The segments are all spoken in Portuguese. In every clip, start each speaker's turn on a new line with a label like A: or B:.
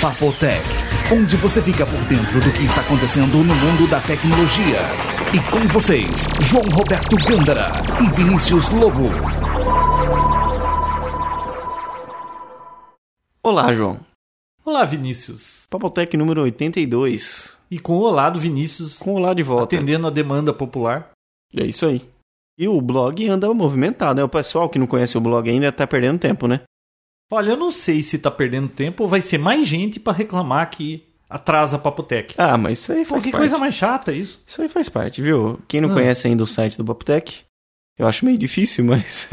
A: Papotec, onde você fica por dentro do que está acontecendo no mundo da tecnologia. E com vocês, João Roberto Gândara e Vinícius Lobo.
B: Olá, João.
C: Olá, Vinícius.
B: Papotec número 82.
C: E com o Olá do Vinícius,
B: Com o Lá de volta.
C: atendendo a demanda popular.
B: É isso aí. E o blog anda movimentado, né? O pessoal que não conhece o blog ainda tá perdendo tempo, né?
C: Olha, eu não sei se tá perdendo tempo ou vai ser mais gente pra reclamar que atrasa a Papotec.
B: Ah, mas isso aí
C: Pô,
B: faz
C: que
B: parte.
C: coisa mais chata isso.
B: Isso aí faz parte, viu? Quem não
C: Ah.
B: conhece ainda o site do Papotec, eu acho meio difícil, mas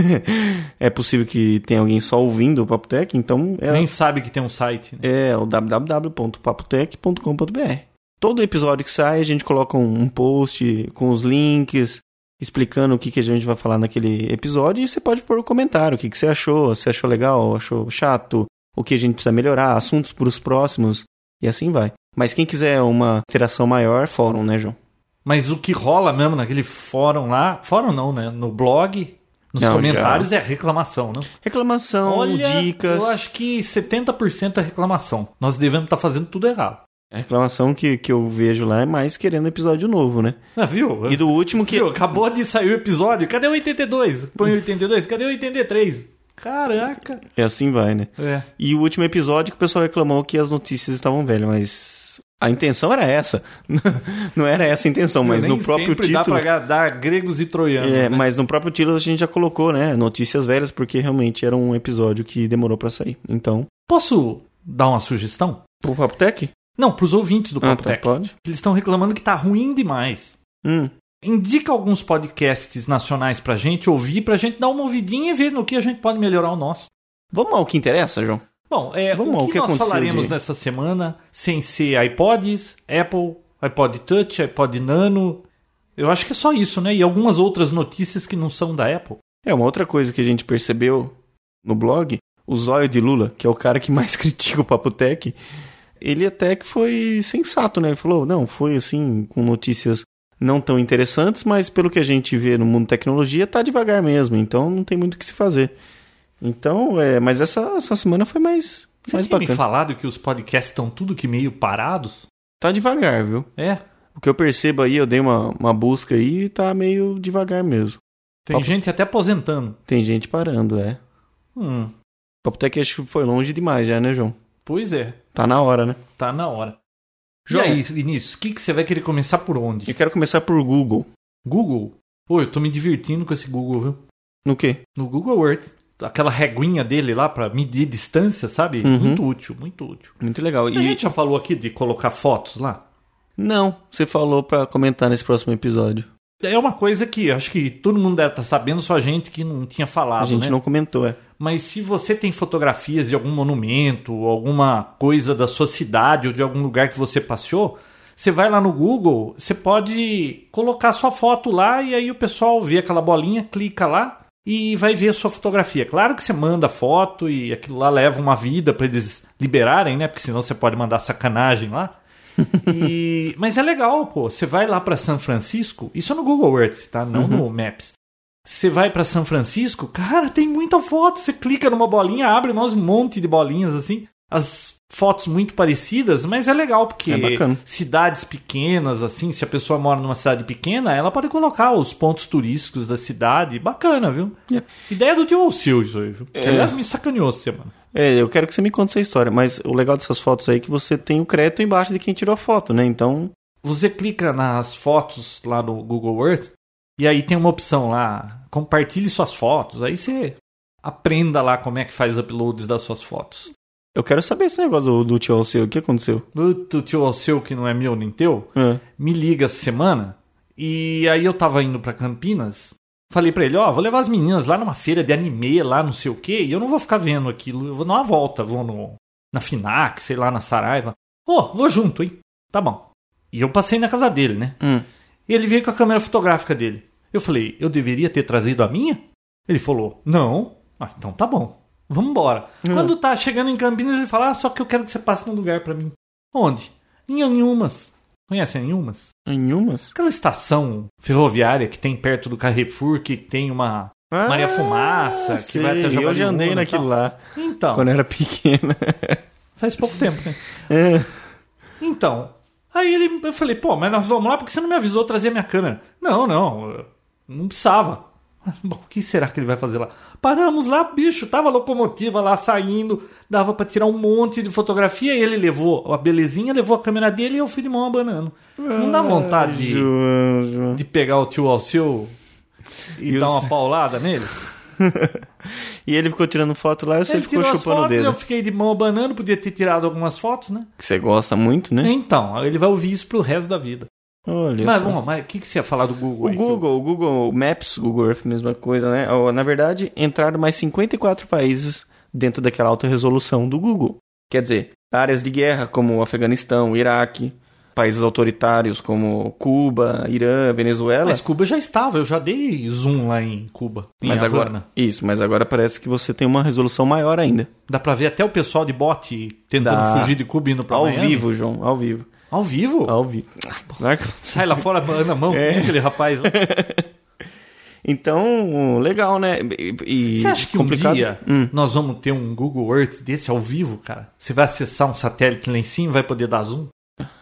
B: é possível que tenha alguém só ouvindo o Papotec, então é
C: Nem sabe que tem um site. Né?
B: É o www.papotec.com.br. Todo episódio que sai, a gente coloca um um post com os links, explicando o que, que a gente vai falar naquele episódio, e você pode pôr o comentário, o que, que você achou, se achou legal, achou chato, o que a gente precisa melhorar, assuntos para os próximos, e assim vai. Mas quem quiser uma interação maior, fórum, né, João?
C: Mas o que rola mesmo naquele fórum lá, fórum não, né? No blog, nos
B: Não,
C: comentários é reclamação, né?
B: Reclamação,
C: Olha,
B: dicas.
C: eu acho que 70% é reclamação. Nós devemos estar fazendo tudo errado.
B: A reclamação que, que eu vejo lá é mais querendo episódio novo, né?
C: Ah, viu?
B: E do último que.
C: Viu, acabou de sair o episódio. Cadê o 82? Põe o 82. Cadê o 83? Caraca.
B: É assim vai, né?
C: É.
B: E o último episódio que o pessoal reclamou que as notícias estavam velhas, mas a intenção era essa. Não era essa a intenção, mas
C: Nem
B: no próprio
C: sempre dá pra
B: título.
C: agradar gregos e troianos.
B: É,
C: né?
B: mas no próprio título a gente já colocou, né? Notícias velhas, porque realmente era um episódio que demorou pra sair. Então,
C: Posso dar uma sugestão?
B: pro Papo Tech?
C: Não, pros ouvintes do
B: Ah,
C: Papo
B: tá,
C: Tech.
B: pode.
C: Eles estão reclamando que tá ruim demais.
B: Hum,
C: Indica alguns podcasts nacionais pra gente ouvir, pra gente dar uma ouvidinha e ver no que a gente pode melhorar o nosso.
B: Vamos ao que interessa, João?
C: Bom, é,
B: Vamos lá,
C: o
B: o
C: que,
B: que
C: nós
B: aconteceu
C: falaremos
B: de-
C: nessa semana, sem ser iPods, Apple, iPod Touch, iPod Nano. Eu acho que é só isso, né? E algumas outras notícias que não são da Apple.
B: É, uma outra coisa que a gente percebeu no blog, o Zóio de Lula, que é o cara que mais critica o Papo Tech, ele até que foi sensato, né? Ele falou, não, foi assim, com notícias não tão interessantes, mas pelo que a gente vê no mundo da tecnologia, tá devagar mesmo, então não tem muito o que se fazer. Então, é, mas essa, essa semana foi mais,
C: Você
B: mais
C: tinha me
B: bacana.
C: falado que os podcasts estão tudo que meio parados?
B: Tá devagar, viu?
C: É.
B: O que eu percebo aí, eu dei uma, uma busca aí e tá meio devagar mesmo.
C: Tem
B: Papo-
C: gente até aposentando.
B: Tem gente parando, é.
C: Hum,
B: O Papo Tech acho que foi longe demais já, né, João?
C: pois é.
B: Tá na hora, né?
C: Tá na hora.
B: João.
C: E aí, Vinícius, o que, que você vai querer começar por onde?
B: Eu quero começar por Google.
C: Google? Pô, eu tô me divertindo com esse Google, viu?
B: No quê?
C: No Google Earth, aquela reguinha dele lá pra medir distância, sabe?
B: Uhum.
C: Muito útil, muito útil.
B: Muito legal.
C: A gente já falou aqui de colocar fotos lá.
B: Não, você falou pra comentar nesse próximo episódio.
C: É uma coisa que acho que todo mundo deve estar sabendo, só a gente que não tinha falado,
B: a gente
C: né?
B: não comentou, é.
C: Mas se você tem fotografias de algum monumento, ou alguma coisa da sua cidade ou de algum lugar que você passeou, você vai lá no Google, você pode colocar sua foto lá e aí o pessoal vê aquela bolinha, clica lá e vai ver a sua fotografia. Claro que você manda foto e aquilo lá leva uma vida para eles liberarem, né? Porque senão você pode mandar sacanagem lá. E- Mas é legal, pô. Você vai lá para São Francisco, isso é no Google Earth, tá?
B: Uhum.
C: Não no Maps. Você vai pra São Francisco, cara, tem muita foto. Você clica numa bolinha, abre mais um monte de bolinhas assim. As fotos muito parecidas, mas é legal porque
B: É bacana.
C: cidades pequenas, assim, se a pessoa mora numa cidade pequena, ela pode colocar os pontos turísticos da cidade. Bacana, viu?
B: É.
C: Ideia do Tio Alceu isso aí, viu? Que,
B: É.
C: aliás, me sacaneou essa semana.
B: É, eu quero que você me conte essa história, mas o legal dessas fotos aí é que você tem o crédito embaixo de quem tirou a foto, né? Então,
C: Você clica nas fotos lá no Google Earth e aí tem uma opção lá, compartilhe suas fotos. Aí você aprenda lá como é que faz uploads das suas fotos.
B: eu quero saber esse negócio do, do tio Alceu, o que aconteceu?
C: Puto tio Alceu, que não é meu nem teu,
B: É.
C: me liga essa semana. E aí eu tava indo pra Campinas. Falei pra ele, ó, vou levar as meninas lá numa feira de anime, lá não sei o quê, e eu não vou ficar vendo aquilo. Eu vou dar uma volta, vou no, na Finac, sei lá, na Saraiva. Ô, vou junto, hein? Tá bom. E eu passei na casa dele, né?
B: Hum.
C: E ele veio com a câmera fotográfica dele. Eu falei, eu deveria ter trazido a minha? Ele falou, não. Ah, então tá bom. Vamos embora.
B: Hum.
C: Quando tá chegando em Campinas, ele fala, ah, só que eu quero que você passe num lugar pra mim. Onde? Em Anhumas. Conhece Anhumas?
B: Anhumas?
C: Aquela estação ferroviária que tem perto do Carrefour, que tem uma... Maria Fumaça, que vai até
B: Ah, sei,
C: Jaguariúna
B: Eu já
C: e
B: andei
C: né, tal.
B: naquilo lá,
C: Então,
B: quando eu era pequena.
C: Faz pouco tempo, né?
B: É.
C: Então, aí ele, eu falei, pô, mas nós vamos lá porque você não me avisou trazer a minha câmera. Não, não, eu não precisava. Bom, o que será que ele vai fazer lá? Paramos lá, bicho, tava a locomotiva lá saindo, dava pra tirar um monte de fotografia, e ele levou a belezinha, levou a câmera dele e eu fui de mão abanando. Não dá vontade de,
B: João, João.
C: de pegar o tio Alceu e
B: E
C: dar
B: o-
C: uma paulada nele?
B: E ele ficou tirando foto lá e você
C: Ele
B: ficou
C: tirou as
B: chupando o
C: fotos,
B: dedo.
C: eu fiquei de mão abanando, podia ter tirado algumas fotos, né?
B: Que você gosta muito, né?
C: Então, ele vai ouvir isso pro resto da vida.
B: Olha
C: Mas,
B: só.
C: bom, mas o que, que você ia falar do Google?
B: O
C: aí, que eu-
B: Google, o Google Maps, Google Earth, mesma coisa, né? Ó, Na verdade, entraram mais 54 países dentro daquela alta resolução do Google. Quer dizer, áreas de guerra como o Afeganistão, Iraque, países autoritários como Cuba, Irã, Venezuela.
C: Mas Cuba já estava, eu já dei zoom lá em Cuba. Em
B: Mas
C: Havana.
B: agora, isso, mas agora parece que você tem uma resolução maior ainda.
C: Dá pra ver até o pessoal de bote tentando
B: Dá.
C: fugir de Cuba e indo pra
B: ao
C: Miami.
B: vivo, João, ao vivo.
C: Ao vivo?
B: Ao vivo. Larga-
C: Sai lá fora, anda a mão, quem é aquele rapaz lá.
B: Então, legal, né? E- e-
C: Você acha que um
B: complicado?
C: dia
B: Hum.
C: nós vamos ter um Google Earth desse ao vivo, cara? Você vai acessar um satélite lá em cima e vai poder dar zoom?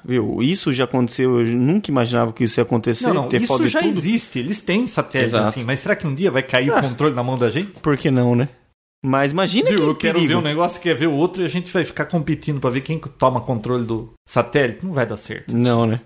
B: Viu, isso já aconteceu, eu nunca imaginava que isso ia acontecer,
C: Não, não,
B: ter foto
C: isso
B: de
C: já
B: tudo.
C: existe. Eles têm satélite
B: Exato. Ah.
C: assim, mas será que um dia vai cair o controle na mão da gente?
B: Por que não, né? Mas imagina
C: Viu,
B: é que
C: eu quero ver
B: perigo.
C: um negócio, quer ver o outro e a gente vai ficar competindo pra ver quem toma controle do satélite. Não vai dar certo.
B: Não, né?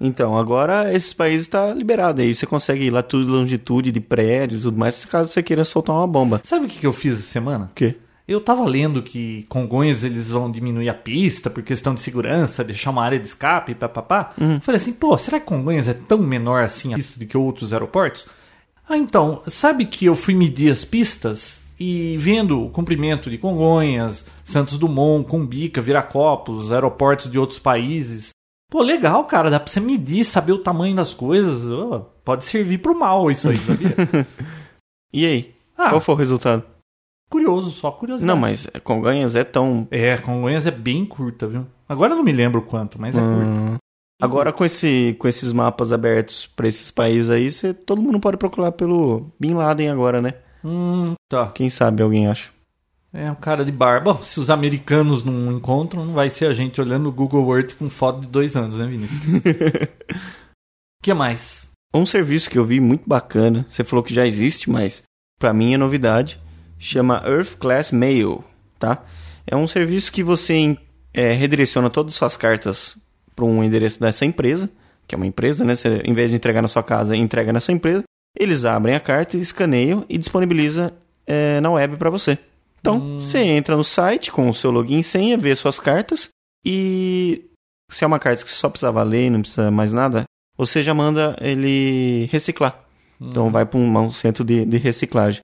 B: Então, agora esses países tá liberado aí. Você consegue ir lá tudo longitude de prédios e tudo mais, caso você queira soltar uma bomba.
C: Sabe o que que eu fiz essa semana?
B: O quê?
C: Eu tava lendo que Congonhas eles vão diminuir a pista por questão de segurança, deixar uma área de escape, papapá.
B: Uhum.
C: Falei assim, pô, será que Congonhas é tão menor assim a pista do que outros aeroportos? Ah, então, sabe que eu fui medir as pistas e vendo o comprimento de Congonhas, Santos Dumont, Cumbica, Viracopos, aeroportos de outros países. Pô, legal, cara, dá pra você medir, saber o tamanho das coisas. Ô, pode servir pro mal isso aí, sabia?
B: E aí?
C: Ah,
B: Qual foi o resultado?
C: curioso só, curiosidade.
B: Não, mas Conganhas é tão...
C: É, Congonhas é bem curta, viu? Agora eu não me lembro quanto, mas é curta.
B: Hum. Agora com, esse, com esses mapas abertos pra esses países aí, você- todo mundo pode procurar pelo Bin Laden agora, né?
C: Hum, tá.
B: Quem sabe alguém acha.
C: É um cara de barba. Bom, se os americanos não encontram, não vai ser a gente olhando o Google Earth com foto de dois anos, né, Vinícius? O que mais?
B: Um serviço que eu vi muito bacana, você falou que já existe, mas pra mim é novidade, chama Earth Class Mail, tá? É um serviço que você eh, redireciona todas as suas cartas para um endereço dessa empresa, que é uma empresa, né? Você, em vez de entregar na sua casa, entrega nessa empresa. Eles abrem a carta, escaneiam e disponibiliza eh, na web para você. Então, você entra no site com o seu login e senha, vê suas cartas e se é uma carta que você só precisava ler, não precisa mais nada, você já manda ele reciclar. Então vai para um, um centro de, de reciclagem.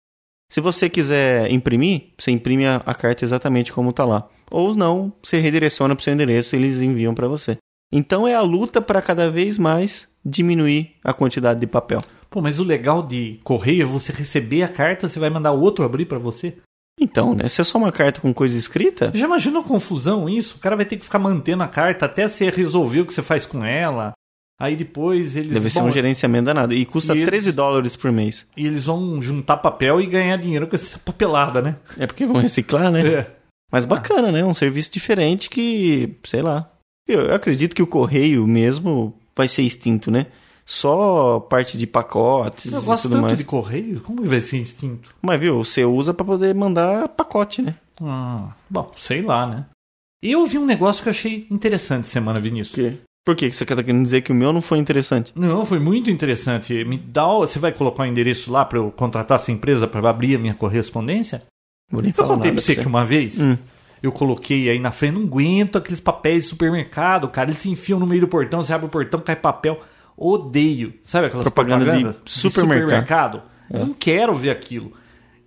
B: Se você quiser imprimir, você imprime a, a carta exatamente como está lá. Ou não, você redireciona para o seu endereço e eles enviam para você. Então é a luta para cada vez mais diminuir a quantidade de papel.
C: Pô, mas o legal de correio é você receber a carta, você vai mandar outro abrir pra você.
B: Então, né? Se é só uma carta com coisa escrita,
C: Já imaginou a confusão isso? O cara vai ter que ficar mantendo a carta até você resolver o que você faz com ela. Aí depois eles
B: deve ser
C: Bom,
B: um gerenciamento danado. E custa
C: E eles-
B: 13 dólares por mês.
C: E eles vão juntar papel e ganhar dinheiro com essa papelada, né?
B: É porque vão reciclar, né?
C: É.
B: Mas bacana, né? Um serviço diferente que, sei lá. Eu, eu acredito que o correio mesmo vai ser extinto, né? Só parte de pacotes
C: Eu
B: e
C: gosto
B: tudo
C: tanto
B: mais.
C: de correio, como que vai ser instinto?
B: Mas viu, você usa pra poder mandar pacote, né?
C: Ah, bom, sei lá, né? Eu vi um negócio que eu achei interessante semana, Vinícius.
B: quê? Por quê? Você tá querendo dizer que o meu não foi interessante?
C: Não, foi muito interessante. Me dá, o- você vai colocar o endereço lá pra eu contratar essa empresa pra abrir a minha correspondência?
B: Vou nem
C: Então, Eu
B: falar
C: contei
B: nada
C: pra você
B: pra
C: que uma vez
B: Hum.
C: eu coloquei aí na frente, não aguento aqueles papéis de supermercado, cara. Eles se enfiam no meio do portão, você abre o portão, cai papel. Odeio. Sabe aquelas
B: Propaganda de
C: propagandas
B: supermercado. É.
C: supermercado? Não quero ver aquilo.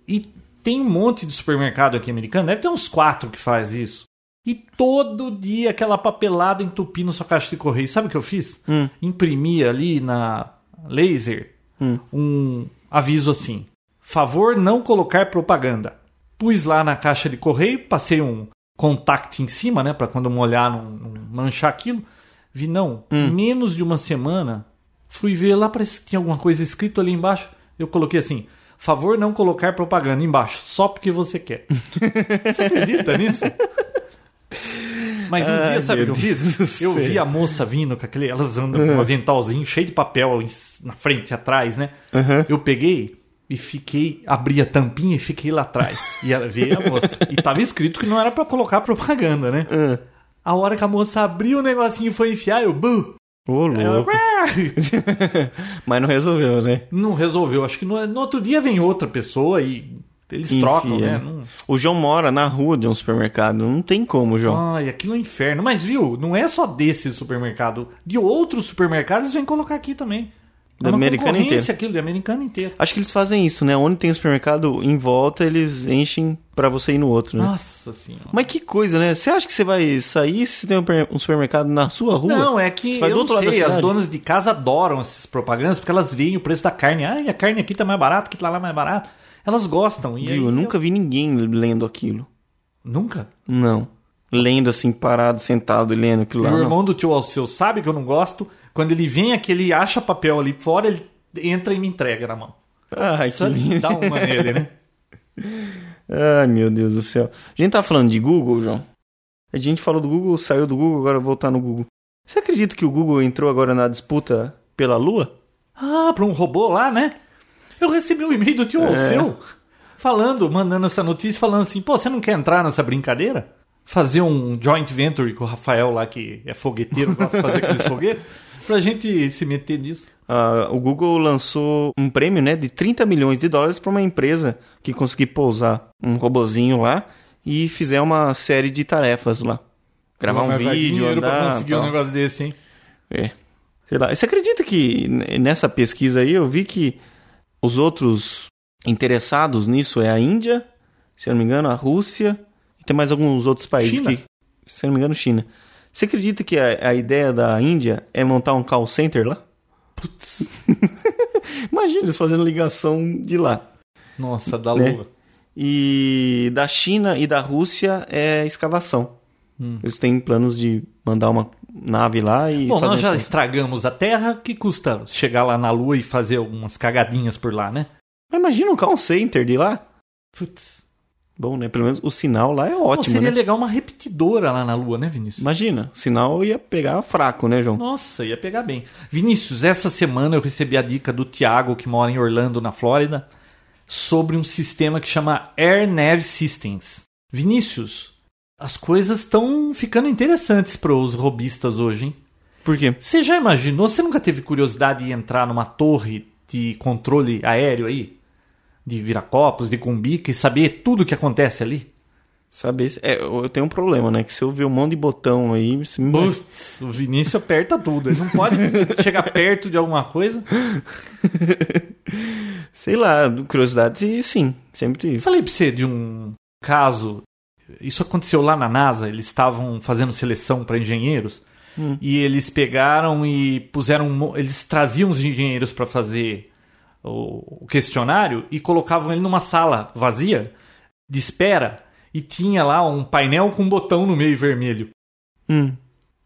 C: E tem um monte de supermercado aqui americano, deve ter uns quatro que faz isso. E todo dia aquela papelada entupindo sua caixa de correio. Sabe o que eu fiz?
B: Hum.
C: Imprimi ali na laser
B: Hum.
C: um aviso assim: favor não colocar propaganda. Pus lá na caixa de correio, passei um contact em cima, né, Pra quando molhar não, não manchar aquilo. Vi não,
B: Hum.
C: menos de uma semana, fui ver lá parece que tinha alguma coisa escrito ali embaixo. Eu coloquei assim: favor não colocar propaganda embaixo, só porque você quer. Você acredita nisso? Mas um
B: Ai,
C: dia, sabe o que
B: meu
C: eu fiz?
B: Deus
C: Eu
B: do céu.
C: vi a moça vindo com aquele. Elas andam com um aventalzinho cheio de papel em- na frente e atrás, né?
B: Aham.
C: Eu peguei e fiquei. Abri a tampinha e fiquei lá atrás. E ela veio a moça. E tava escrito que não era pra colocar propaganda, né?
B: Ah.
C: A hora que a moça abriu o negocinho e foi enfiar, eu. "Bu!"
B: Ô,
C: Aí ela,
B: louco. Mas não resolveu, né?
C: Não resolveu. Acho que no, no outro dia vem outra pessoa e eles trocam,
B: Enfia.
C: né? Não...
B: é. O João mora na rua de um supermercado. Não tem como, João.
C: Ai, aqui no inferno. Mas viu, não é só desse supermercado. De outros supermercados vem colocar aqui também. É
B: Da
C: uma
B: americana
C: concorrência
B: inteira.
C: aquilo, de americana inteira.
B: Acho que eles fazem isso, né? Onde tem supermercado em volta, eles enchem pra você ir no outro, né?
C: Nossa senhora.
B: Mas que coisa, né? Você acha que você vai sair se tem um per- um supermercado na sua rua?
C: Não, é
B: Você
C: que
B: vai do
C: eu não
B: outro lado da
C: sei, as
B: cidade?
C: donas de casa adoram essas propagandas porque elas veem o preço da carne. Ai, a carne aqui tá mais barato, que tá lá mais barato. Elas gostam. E aí,
B: Viu? Eu nunca vi ninguém lendo aquilo.
C: Nunca?
B: Não. Lendo assim, parado, sentado e lendo aquilo lá.
C: Meu
B: não.
C: irmão do tio Alceu sabe que eu não gosto. Quando ele vem aqui, ele acha papel ali fora, ele entra e me entrega na mão.
B: Ai, que
C: Sabe?
B: lindo.
C: Dá uma nele, né?
B: Ai, meu Deus do céu. A gente tá falando de Google, João? A gente falou do Google, saiu do Google, agora voltar no Google. Você acredita que o Google entrou agora na disputa pela Lua?
C: Ah, pra um robô lá, né? Eu recebi um e-mail do
B: É.
C: tio Alceu falando, mandando essa notícia, falando assim: pô, você não quer entrar nessa brincadeira? Fazer um joint venture com o Rafael lá, que é fogueteiro, gosta de fazer aqueles foguetes, pra gente se meter nisso.
B: Ah, o Google lançou um prêmio né, de 30 milhões de dólares para uma empresa que conseguir pousar um robozinho lá e fizer uma série de tarefas lá. Gravar
C: Pô,
B: um
C: mas vai
B: vídeo,
C: dinheiro
B: andar...
C: pra conseguir um
B: tal.
C: negócio desse, hein?
B: É. Sei lá. Você acredita que n- nessa pesquisa aí eu vi que os outros interessados nisso é a Índia, se eu não me engano, a Rússia e tem mais alguns outros países
C: China?
B: É que, se eu não me engano, China. Você acredita que a, a ideia da Índia é montar um call center lá?
C: Putz,
B: Imagina eles fazendo ligação de lá.
C: nossa, da
B: Né?
C: lua.
B: E da China e da Rússia é escavação. Eles têm planos de mandar uma nave lá e
C: Hum. Bom,
B: fazer um assim.
C: nós já
B: uma
C: estragamos a Terra, que custa chegar lá na Lua e fazer algumas cagadinhas por lá, né?
B: Mas imagina um call center de lá.
C: Putz.
B: Bom, né? Pelo menos o sinal lá é
C: Pô,
B: ótimo,
C: seria
B: né?
C: legal uma repetidora lá na Lua, né, Vinícius?
B: Imagina, o sinal ia pegar fraco, né, João?
C: Nossa, ia pegar bem. Vinícius, essa semana eu recebi a dica do Thiago, que mora em Orlando, na Flórida, sobre um sistema que chama AirNav Systems. Vinícius, as coisas estão ficando interessantes para os robistas hoje, hein?
B: Por quê?
C: Você já imaginou? Você nunca teve curiosidade de entrar numa torre de controle aéreo aí? De viracopos, de cumbica e saber tudo o que acontece ali?
B: Saber. se- É, eu eu tenho um problema, né? Que se eu ver um monte de botão aí, isso me...
C: Putz, o Vinícius aperta tudo. Ele não pode chegar perto de alguma coisa.
B: sei lá, curiosidade, sim, sempre
C: Eu
B: tive.
C: falei pra você de um caso. Isso aconteceu lá na NASA. Eles estavam fazendo seleção para engenheiros
B: Hum.
C: e eles pegaram e puseram. um mo- Eles traziam os engenheiros para fazer o o questionário e colocavam ele numa sala vazia de espera e tinha lá um painel com um botão no meio vermelho
B: Hum.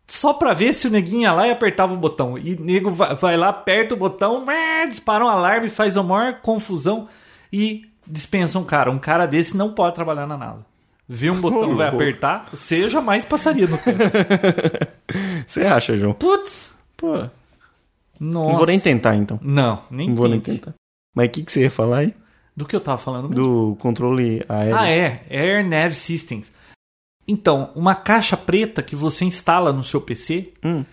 C: só pra ver se o neguinho ia lá e apertava o botão. E o nego vai, vai lá, aperta o botão, mé, dispara um alarme, faz a maior confusão e dispensa um cara. Um cara desse não pode trabalhar na NASA. Vê um botão, vai
B: louco.
C: apertar, você jamais passaria no teste.
B: Você acha, João?
C: Putz!
B: Pô,
C: Nossa.
B: não vou nem tentar, então.
C: Não, nem
B: não vou nem
C: tente.
B: tentar. Mas o que, que você ia falar aí?
C: Do que eu tava falando mesmo?
B: Do controle aéreo.
C: Ah, é. Air Nav Systems. Então, uma caixa preta que você instala no seu PC
B: Hum.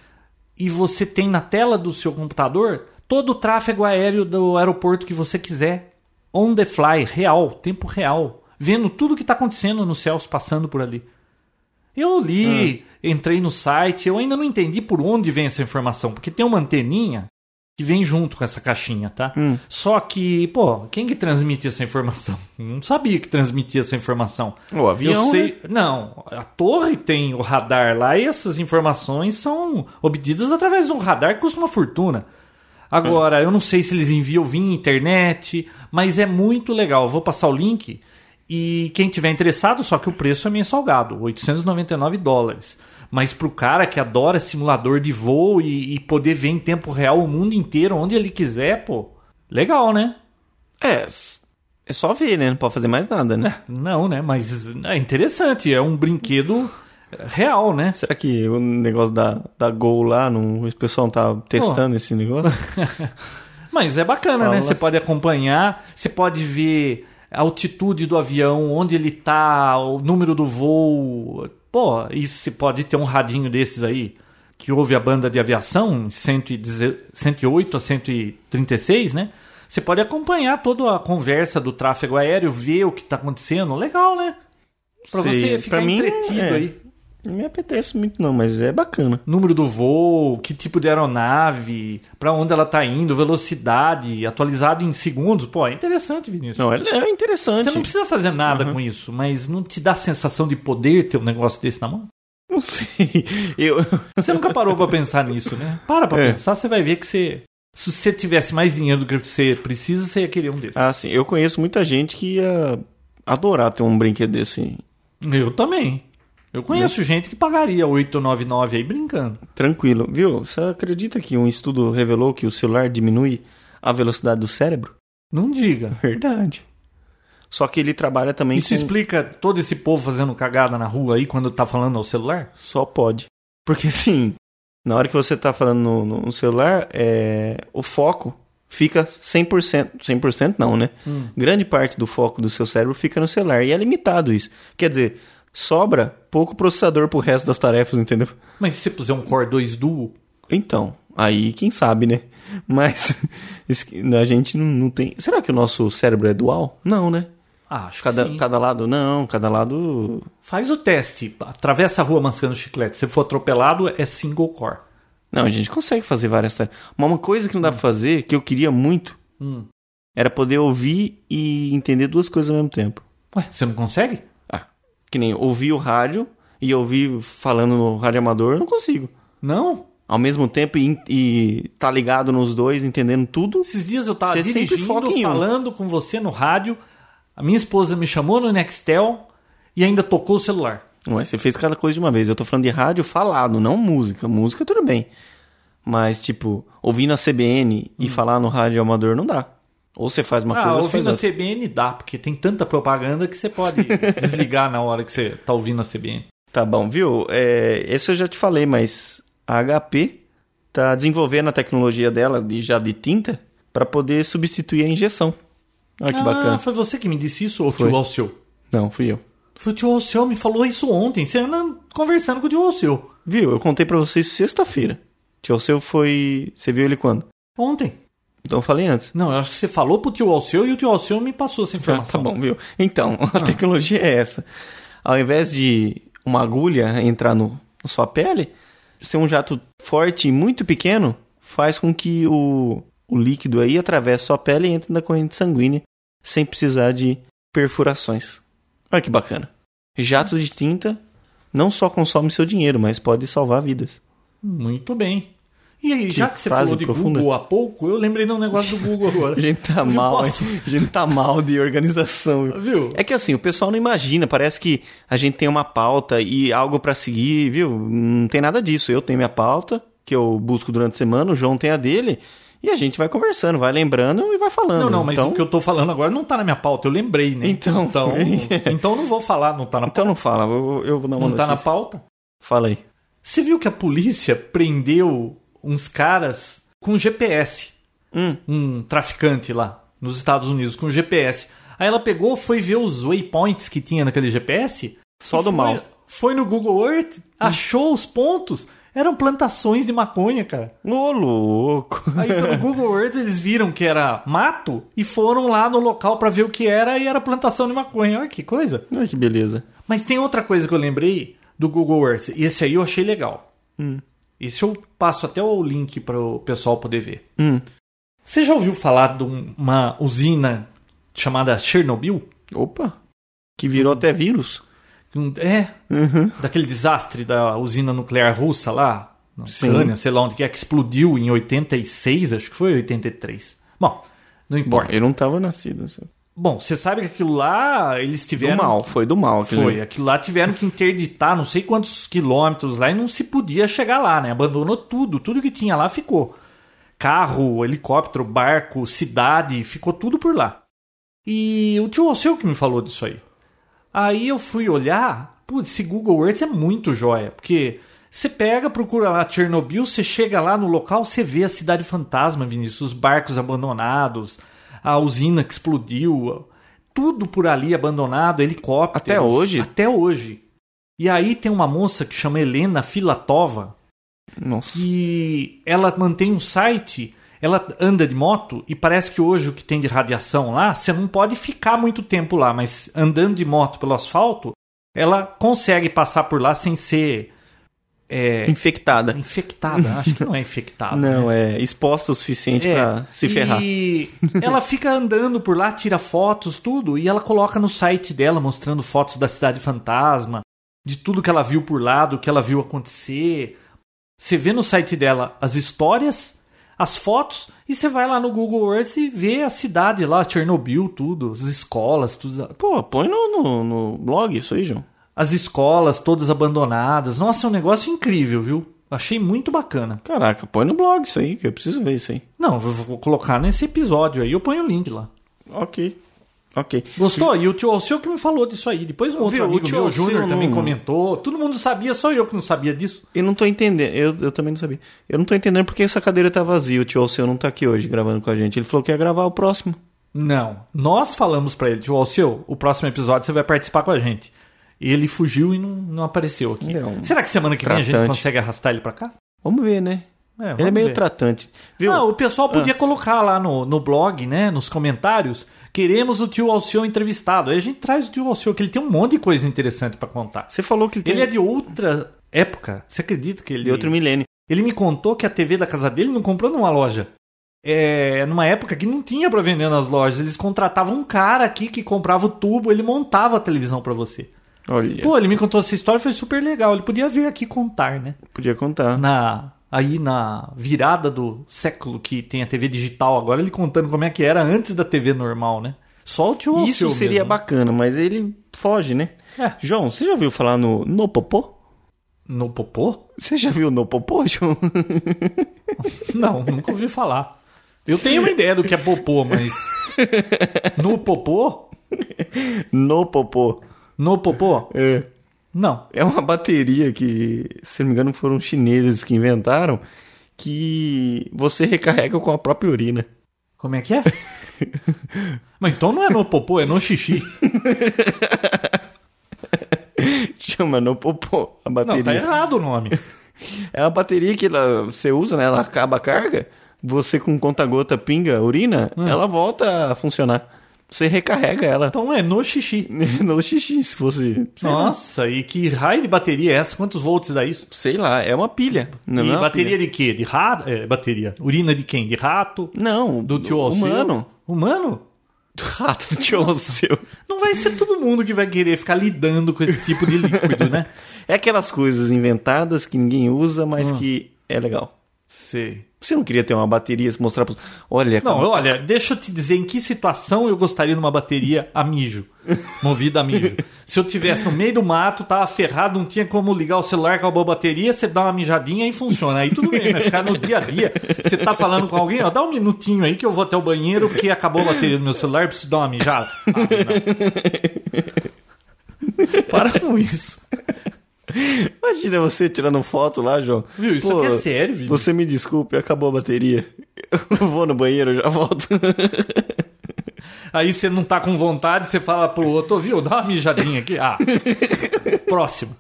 C: e você tem na tela do seu computador todo o tráfego aéreo do aeroporto que você quiser. On the fly, real, tempo real. Vendo tudo que está acontecendo nos céus passando por ali. Eu li, entrei no site, eu ainda não entendi por onde vem essa informação, porque tem uma anteninha que vem junto com essa caixinha, tá?
B: Hum.
C: Só que, pô, quem que transmite essa informação? Não sabia que transmitia essa informação.
B: O avião,
C: é. Eu
B: né?
C: sei, não, a torre tem o radar lá e essas informações são obtidas através de um radar que custa uma fortuna. Agora,
B: É.
C: eu não sei se eles enviam via internet, mas é muito legal. Eu vou passar o link e quem tiver interessado, só que o preço é meio salgado, 899 dólares. Mas pro cara que adora simulador de voo e, e poder ver em tempo real o mundo inteiro, onde ele quiser, pô, legal, né?
B: É, s- é só ver, né? Não pode fazer mais nada, né?
C: Não, né? Mas é interessante. É um é brinquedo real, né?
B: Será que o negócio da, da Gol lá, não, o pessoal não tá testando esse negócio?
C: Mas é bacana,
B: Fala
C: né? Você
B: assim.
C: pode acompanhar, você pode ver a altitude do avião, onde ele tá, o número do voo. Pô, e se pode ter um radinho desses aí que ouve a banda de aviação, 110 108 a 136, né? Você pode acompanhar toda a conversa do tráfego aéreo, ver o que tá acontecendo. Legal, né? Pra
B: Sei,
C: você ficar
B: pra mim,
C: entretido
B: é.
C: aí.
B: Não me apetece muito não, mas é bacana.
C: número do voo, que tipo de aeronave, pra onde ela tá indo, velocidade, atualizado em segundos. Pô, é interessante, Vinícius.
B: Não, Uhum. é, é interessante.
C: Você não precisa fazer nada com isso, mas não te dá a sensação de poder ter um negócio desse na mão?
B: Não sei. Eu,
C: Você nunca parou pra pensar nisso, né? Para pra
B: É.
C: pensar, você vai ver que você se você tivesse mais dinheiro do que você precisa, você ia querer um desses.
B: ah, sim, eu conheço muita gente que ia adorar ter um brinquedo desse.
C: Eu também. Eu conheço gente que pagaria 899 aí brincando.
B: Tranquilo. Viu? Você acredita que um estudo revelou que o celular diminui a velocidade do cérebro?
C: Não diga.
B: Verdade. Só que ele trabalha também
C: Isso
B: com...
C: explica todo esse povo fazendo cagada na rua aí quando tá falando ao celular?
B: Só pode. Porque assim, na hora que você tá falando no, no celular, é, o foco fica 100%, 100% não, né?
C: Hum.
B: Grande parte do foco do seu cérebro fica no celular e é limitado isso. Quer dizer, sobra pouco processador pro resto das tarefas, entendeu?
C: Mas se você puser um Core 2 Duo,
B: Então, aí quem sabe, né? Mas isso que- a gente não, não tem. Será que o nosso cérebro é dual? Não, né?
C: ah, acho que
B: Cada,
C: sim.
B: cada lado não, cada lado.
C: Faz o teste. Atravessa a rua mancando chiclete. Se for atropelado, é single core.
B: Não, a gente consegue fazer várias tarefas. Mas uma coisa que não dá pra fazer, que eu queria muito,
C: Hum.
B: era poder ouvir e entender duas coisas ao mesmo tempo.
C: Ué, você não consegue?
B: Ah, que nem ouvir o rádio e ouvir falando no rádio amador, eu não consigo.
C: Não?
B: Ao mesmo tempo e, e tá ligado nos dois, entendendo tudo.
C: Esses dias eu tava
B: Você sempre foca
C: dirigindo,
B: em um.
C: falando com você no rádio. A minha esposa me chamou no Nextel e ainda tocou o celular.
B: Ué, é? você fez cada coisa de uma vez. Eu tô falando de rádio falado, não música. Música tudo bem. Mas, tipo, ouvindo a CBN e falar no rádio amador não dá. Ou você faz uma
C: Hum. ah,
B: coisa ou você faz
C: ouvindo a
B: outra.
C: CBN dá, porque tem tanta propaganda que você pode desligar na hora que você tá ouvindo a CBN.
B: Tá bom, viu? É, esse eu já te falei, mas a HP tá desenvolvendo a tecnologia dela de, já de tinta para poder substituir a injeção. Olha que
C: ah,
B: bacana.
C: foi você que me disse isso, ou o
B: Foi.
C: tio Alceu?
B: Não, fui eu.
C: Foi o tio Alceu me falou isso ontem. Você anda conversando com o tio Alceu.
B: Viu? Eu contei para vocês sexta-feira. Tio seu foi. Você viu ele quando?
C: Ontem.
B: Então eu falei antes.
C: Não, eu acho que você falou pro tio Alceu e o tio Alceu me passou essa
B: Ah,
C: informação.
B: tá bom, viu? Então, a tecnologia é essa. Ao invés de uma agulha entrar no, na sua pele, ser um jato forte e muito pequeno faz com que o, o líquido aí atravesse sua pele e entre na corrente sanguínea sem precisar de perfurações. Olha que bacana. Jatos de tinta não só consome seu dinheiro, mas pode salvar vidas.
C: Muito bem. E aí, já que você
B: frase
C: falou de
B: profunda.
C: Google há pouco, eu lembrei de um negócio do Google agora.
B: A gente tá
C: Viu,
B: mal, hein?
C: posso?
B: A gente tá mal de organização. viu?
C: Viu?
B: É que assim, o pessoal não imagina, parece que a gente tem uma pauta e algo pra seguir, viu? Não tem nada disso. Eu tenho minha pauta, que eu busco durante a semana, o João tem a dele, e a gente vai conversando, vai lembrando e vai falando.
C: Não, não, mas
B: então,
C: o que eu tô falando agora não tá na minha pauta, eu lembrei, né?
B: Então.
C: Então, então eu não vou falar, não tá na pauta.
B: então não fala, eu, eu vou dar uma
C: Não tá na
B: notícia.
C: pauta.
B: Fala aí.
C: Você viu que a polícia prendeu uns caras com GPS,
B: Hum,
C: um traficante lá nos Estados Unidos, com GPS. Aí ela pegou, foi ver os waypoints que tinha naquele GPS
B: só
C: E
B: do
C: foi-
B: mal.
C: Foi no Google Earth, achou os pontos, eram plantações de maconha, cara.
B: Ô, louco.
C: Aí pelo Google Earth eles viram que era mato e foram lá no local pra ver o que era e era plantação de maconha. Olha que coisa.
B: Olha que beleza.
C: Mas tem outra coisa que eu lembrei do Google Earth, e esse aí eu achei legal.
B: Hum.
C: Esse eu passo até o link para o pessoal poder ver.
B: Hum.
C: Você já ouviu falar de um- uma usina chamada Chernobyl?
B: Opa. Que virou até vírus.
C: Um- É,
B: Uhum.
C: daquele desastre da usina nuclear russa lá, na
B: Sim.
C: Ucrânia, sei lá onde que é, que explodiu em 86, acho que foi 83. Bom, não
B: Bom,
C: importa.
B: eu não tava nascido. assim.
C: Bom, você sabe que aquilo lá eles
B: Do
C: tiveram.
B: mal, né? foi do mal. aquele-
C: Foi, aquilo lá tiveram que interditar não sei quantos quilômetros lá e não se podia chegar lá, né? Abandonou tudo, tudo que tinha lá ficou. Carro, helicóptero, barco, cidade, ficou tudo por lá. E o tio Alceu que me falou disso aí. Aí eu fui olhar, Putz, esse Google Earth é muito joia, porque você pega, procura lá Chernobyl, você chega lá no local, você vê a cidade fantasma, Vinícius, os barcos abandonados, a usina que explodiu, tudo por ali abandonado, helicópteros.
B: Até hoje?
C: Até hoje. E aí tem uma moça que chama Helena Filatova,
B: Nossa.
C: que ela mantém um site, ela anda de moto e parece que hoje o que tem de radiação lá, você não pode ficar muito tempo lá, mas andando de moto pelo asfalto, ela consegue passar por lá sem ser é,
B: Infectada.
C: infectada. Acho que não é infectada. né?
B: Não, é exposta o suficiente
C: É,
B: pra se ferrar.
C: E ela fica andando por lá, tira fotos, tudo, e ela coloca no site dela mostrando fotos da cidade fantasma, de tudo que ela viu por lá, do que ela viu acontecer. Você vê no site dela as histórias, as fotos, e você vai lá no Google Earth e vê a cidade lá, Chernobyl, tudo, as escolas, tudo,
B: Pô, põe no, no, no blog isso aí, João.
C: as escolas todas abandonadas. Nossa, é um negócio incrível, viu? Achei muito bacana.
B: Caraca, põe no blog isso aí, que eu preciso ver isso aí.
C: Não, vou- vou colocar nesse episódio aí, eu ponho o link lá.
B: Ok. Ok.
C: Gostou? E o tio Alceu que me falou disso aí. Depois um outro
B: Viu, o
C: amigo
B: tio
C: meu, o
B: Alceu
C: Júnior,
B: não-
C: também comentou. Todo mundo sabia, só eu que não sabia disso.
B: Eu não tô entendendo, eu, eu também não sabia. Eu não tô entendendo porque essa cadeira tá vazia. O tio Alceu não tá aqui hoje gravando com a gente. Ele falou que ia gravar o próximo.
C: Não. Nós falamos pra ele, tio Alceu, o próximo episódio você vai participar com a gente. Ele fugiu e não, não apareceu aqui.
B: É um
C: Será que semana que vem a gente
B: tratante.
C: consegue arrastar ele pra cá?
B: Vamos ver, né?
C: É,
B: Ele é
C: vamos
B: meio
C: ver.
B: tratante. Viu?
C: Ah, o pessoal podia colocar lá no, no blog, né, nos comentários, queremos o tio Alceu entrevistado. Aí a gente traz o tio Alceu, que ele tem um monte de coisa interessante pra contar.
B: Você falou que ele tem
C: Ele é de outra época. Você acredita que ele...
B: de outro milênio.
C: Ele me contou que a TV da casa dele não comprou numa loja. É, numa época que não tinha pra vender nas lojas. Eles contratavam um cara aqui que comprava o tubo, ele montava a televisão pra você.
B: Olha,
C: Pô, ele me contou essa história, foi super legal. Ele podia vir aqui contar, né?
B: podia contar.
C: Na aí na virada do século que tem a TV digital agora, ele contando como é que era antes da TV normal, né? Só o tio
B: Isso
C: Alceu
B: seria
C: mesmo.
B: bacana, mas ele foge, né?
C: É.
B: João, você já ouviu falar no no popô?
C: No popô?
B: Você já viu no popô, João?
C: Não, nunca ouvi falar. Eu tenho uma ideia do que é popô, mas no popô?
B: no popô.
C: No popô?
B: É.
C: Não.
B: É uma bateria que, se não me engano, foram chineses que inventaram, que você recarrega com a própria urina.
C: Como é que é? Mas então não é no popô, é no xixi.
B: Chama no popô a
C: Não,
B: bateria.
C: tá errado o nome.
B: É uma bateria que ela- você usa, né? Ela acaba a carga, você com conta-gota pinga a urina,
C: Ah.
B: ela volta a funcionar. Você recarrega ela
C: Então é no xixi.
B: no xixi, se fosse... sei lá.
C: Nossa, e que raio de bateria é essa? Quantos volts dá isso?
B: Sei lá, é uma pilha. Não,
C: e
B: não é uma
C: bateria
B: pilha.
C: de quê? De rato? É, bateria. Urina de quem? De rato?
B: Não,
C: Do tio Alceu?
B: humano.
C: Humano?
B: Do rato do tio Alceu.
C: Não vai ser todo mundo que vai querer ficar lidando com esse tipo de líquido, né?
B: É aquelas coisas inventadas que ninguém usa,
C: Ah.
B: mas que é legal.
C: Sei.
B: Você não queria ter uma bateria, se mostrar pros... Olha,
C: Não,
B: como-
C: olha, deixa eu te dizer em que situação eu gostaria de uma bateria a mijo, movida a mijo. Se eu tivesse no meio do mato, tava ferrado, não tinha como ligar o celular, acabou a bateria, você dá uma mijadinha e funciona. Aí tudo bem, mas ficar no dia a dia, você tá falando com alguém, ó, dá um minutinho aí que eu vou até o banheiro porque acabou a bateria do meu celular, eu preciso dar uma mijada. Ah, não. Para com isso.
B: imagina você tirando foto lá, João.
C: Viu, isso aqui é sério, Vinícius.
B: Você me desculpe, acabou a bateria. Eu vou no banheiro, eu já volto.
C: Aí você não tá com vontade, você fala pro outro, viu, dá uma mijadinha aqui. Ah, próximo.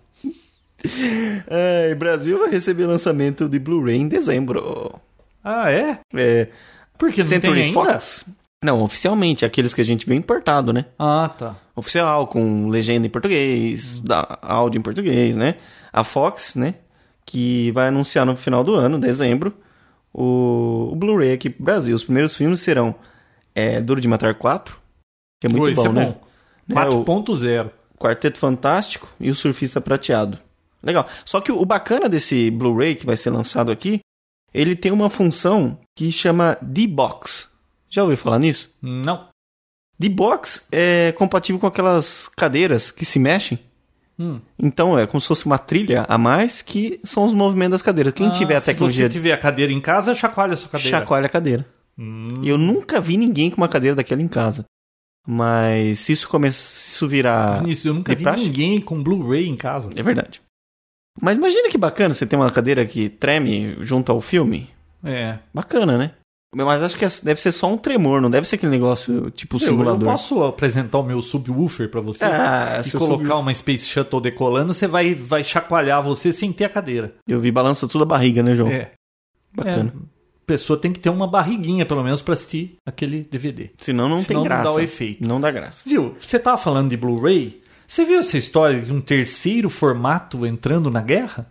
B: É, e Brasil vai receber lançamento de Blu-ray em dezembro.
C: Ah, é?
B: É,
C: Porque não tem ainda?
B: Fox? Não, oficialmente, aqueles que a gente vê importado, né?
C: Ah, tá.
B: oficial, com legenda em português,
C: Uhum.
B: da áudio em português, né? A Fox, né? Que vai anunciar no final do ano, dezembro, o, o Blu-ray aqui pro Brasil. Os primeiros filmes serão é, Duro de Matar 4, que é muito
C: Oi,
B: bom,
C: isso é
B: né?
C: bom.
B: Né,
C: 4.0.
B: o Quarteto Fantástico e o Surfista Prateado. Legal. Só que o o bacana desse Blu-ray que vai ser lançado aqui, ele tem uma função que chama D-Box. Já ouviu falar nisso?
C: Não.
B: D-Box é compatível com aquelas cadeiras que se mexem.
C: Hum.
B: Então é como se fosse uma trilha a mais que são os movimentos das cadeiras. Quem
C: Ah,
B: tiver a tecnologia
C: Se você tiver a cadeira em casa, chacoalha a sua cadeira.
B: chacoalha a cadeira.
C: Hum.
B: E eu nunca vi ninguém com uma cadeira daquela em casa. Mas se isso começa, se isso virar.
C: Vinícius, eu nunca
B: de
C: vi
B: praxe?
C: ninguém com Blu-ray em casa.
B: É verdade. Mas imagina que bacana você ter uma cadeira que treme junto ao filme.
C: É.
B: Bacana, né? Mas acho que deve ser só um tremor, não deve ser aquele negócio tipo
C: Eu, eu
B: simulador.
C: posso apresentar o meu subwoofer pra você?
B: Ah,
C: e
B: seu
C: colocar
B: subwoofer.
C: uma Space Shuttle decolando, você vai, vai chacoalhar você sem ter a cadeira.
B: Eu vi balança tudo a barriga, né, João?
C: É.
B: Bacana.
C: A pessoa tem que ter uma barriguinha, pelo menos, pra assistir aquele DVD.
B: Senão não
C: Senão
B: tem
C: não
B: graça.
C: dá o efeito.
B: Não dá graça.
C: Viu? Você tava falando de Blu-ray. Você viu essa história de um terceiro formato entrando na guerra?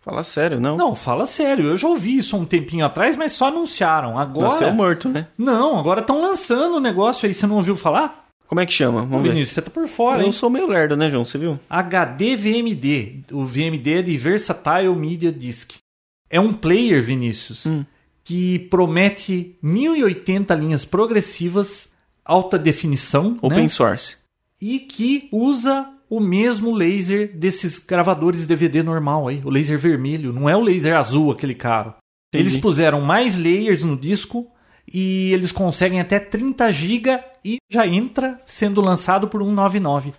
B: Fala sério, não.
C: Ah. Não, fala sério. Eu já ouvi isso há um tempinho atrás, mas só anunciaram.
B: Nasceu
C: Agora.
B: morto, né?
C: Não, agora estão lançando o negócio aí. Você não ouviu falar?
B: Como é que chama? Vamos ver.
C: Vinícius, você tá por fora,
B: Eu
C: hein?
B: sou meio lerdo, né, João? Você viu?
C: HD VMD. O VMD é de Versatile Media Disc. É um player, Vinícius,
B: Hum.
C: que promete 1080 linhas progressivas, alta definição,
B: Open
C: né?
B: source.
C: e que usa o mesmo laser desses gravadores DVD normal aí, o laser vermelho, não é o laser azul aquele caro.
B: Entendi.
C: Eles puseram mais layers no disco e eles conseguem até 30 GB e já entra sendo lançado por 199.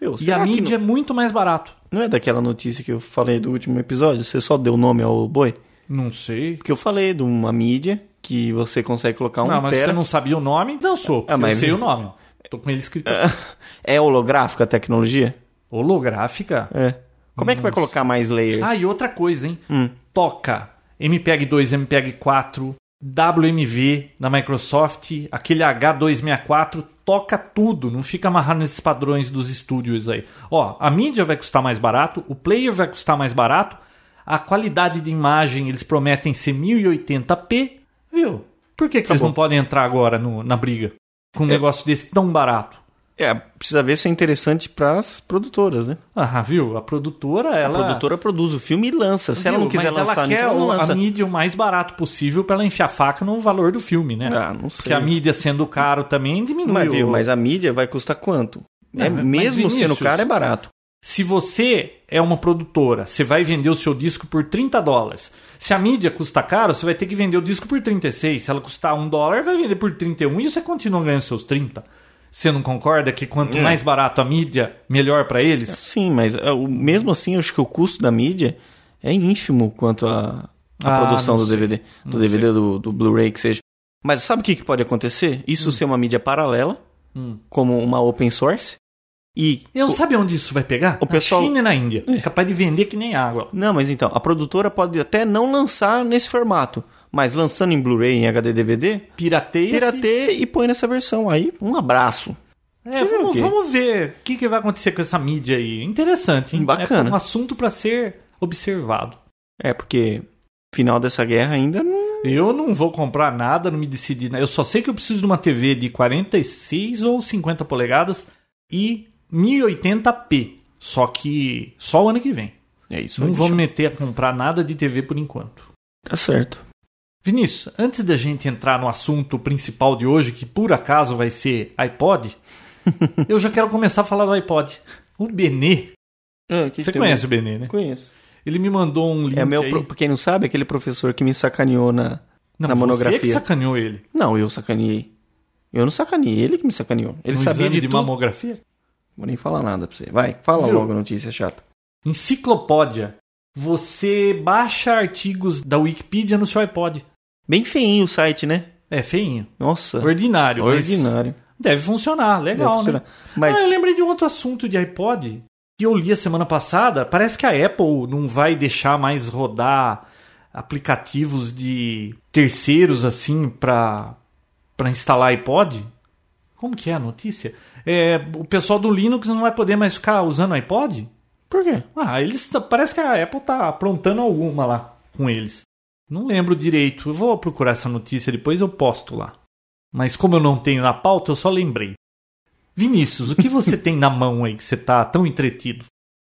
B: Meu,
C: E a
B: será que
C: mídia é muito mais barato.
B: Não não é daquela notícia que eu falei do último episódio? Você só deu nome ao boi?
C: Não sei.
B: Porque eu falei de uma mídia que você consegue colocar um
C: não, Ah, mas
B: tera.
C: você não sabia o nome? Não sou.
B: Ah, mas-
C: Eu sei o nome. ó. Tô com ele escrito.
B: É holográfica a tecnologia?
C: Holográfica.
B: É. Como é que vai colocar mais layers?
C: Ah, e outra coisa, hein?
B: Hum.
C: Toca MPEG 2, MPEG 4, WMV da Microsoft, aquele H264, toca tudo, não fica amarrado nesses padrões dos estúdios aí. Ó, a mídia vai custar mais barato, o player vai custar mais barato, a qualidade de imagem eles prometem ser 1080p, viu? Por que, que eles
B: bom.
C: não podem entrar agora no- na briga com um negócio desse tão barato?
B: É, precisa ver se é interessante pras produtoras, né?
C: Ah, viu? A produtora,
B: A
C: ela...
B: produtora produz o filme e lança. Se ela
C: Viu?
B: não quiser
C: Mas
B: lançar
C: ela
B: nisso,
C: quer
B: ela não
C: o-
B: lança.
C: a mídia o mais barato possível pra ela enfiar faca no valor do filme, né?
B: Ah, não sei.
C: Porque a mídia sendo caro também diminuiu.
B: Mas, viu, mas a mídia vai custar quanto? É,
C: Não, mas
B: mesmo sendo
C: Vinícius-
B: caro, é barato.
C: Se você é uma produtora, você vai vender o seu disco por 30 dólares. Se a mídia custa caro, você vai ter que vender o disco por 36. Se ela custar 1 dólar, vai vender por 31 e você continua ganhando seus 30. Você não concorda que
B: Hum.
C: quanto mais barato a mídia, melhor pra eles?
B: Sim, mas é, o- mesmo assim, eu acho que o custo da mídia é ínfimo quanto à à
C: Ah,
B: produção
C: não
B: do
C: sei.
B: DVD, do
C: Não
B: DVD do, do Blu-ray que seja. Mas sabe o que, que pode acontecer? Isso ser uma mídia paralela,
C: Hum.
B: como uma open source, e
C: Eu
B: É. o-
C: sabe onde isso vai pegar?
B: o pessoal-
C: Na China e na Índia. É capaz de vender que nem água.
B: Não, mas então, a produtora pode até não lançar nesse formato, mas lançando em Blu-ray, em HD DVD,
C: Pirateia.
B: pirateia e põe nessa versão. Aí, um abraço.
C: É,
B: Quer ver o
C: vamos,
B: quê?
C: vamos ver o que, que vai acontecer com essa mídia aí. Interessante, hein?
B: Bacana.
C: É um assunto pra ser observado.
B: É, porque final dessa guerra ainda não.
C: Eu não vou comprar nada, não me decidi. né? Eu só sei que eu preciso de uma TV de 46 ou 50 polegadas e 1080p. Só que só o ano que vem.
B: É isso
C: Não
B: aí,
C: vou me
B: bicho.
C: meter a comprar nada de TV por enquanto.
B: Tá certo.
C: Vinícius, antes da gente entrar no assunto principal de hoje, que por acaso vai ser iPod, eu já quero começar a falar do iPod. O Benê, você
B: é
C: conhece o Benê, né?
B: Conheço.
C: Ele me mandou um link.
B: É meu,
C: aí.
B: pro- pra quem não sabe, aquele professor que me sacaneou na, na
C: Não, Você é que
B: monografia.
C: sacaneou ele.
B: Não, eu sacaneei. Eu não sacaneei, ele que me sacaneou. Ele
C: no
B: sabia
C: Um exame
B: de,
C: de
B: tudo.
C: mamografia?
B: Vou nem falar nada pra você. Vai, fala
C: Viu?
B: logo a notícia chata.
C: Enciclopédia. Você baixa artigos da Wikipedia no seu iPod.
B: Bem feinho o site, né?
C: É feinho.
B: Nossa.
C: Ordinário. mas
B: Tá. Ordinário.
C: Deve funcionar. Legal,
B: Deve funcionar.
C: né?
B: Mas
C: Ah, eu lembrei de um outro assunto de iPod que eu li a semana passada. Parece que a Apple não vai deixar mais rodar aplicativos de terceiros assim pra, pra instalar iPod. Como que é a notícia? É, o pessoal do Linux não vai poder mais ficar usando iPod?
B: por quê?
C: Ah, eles parece que a Apple tá aprontando alguma lá com eles. Não lembro direito. Eu vou procurar essa notícia depois eu posto lá. Mas como eu não tenho na pauta, eu só lembrei. Vinícius, o que você tem na mão aí que você tá tão entretido?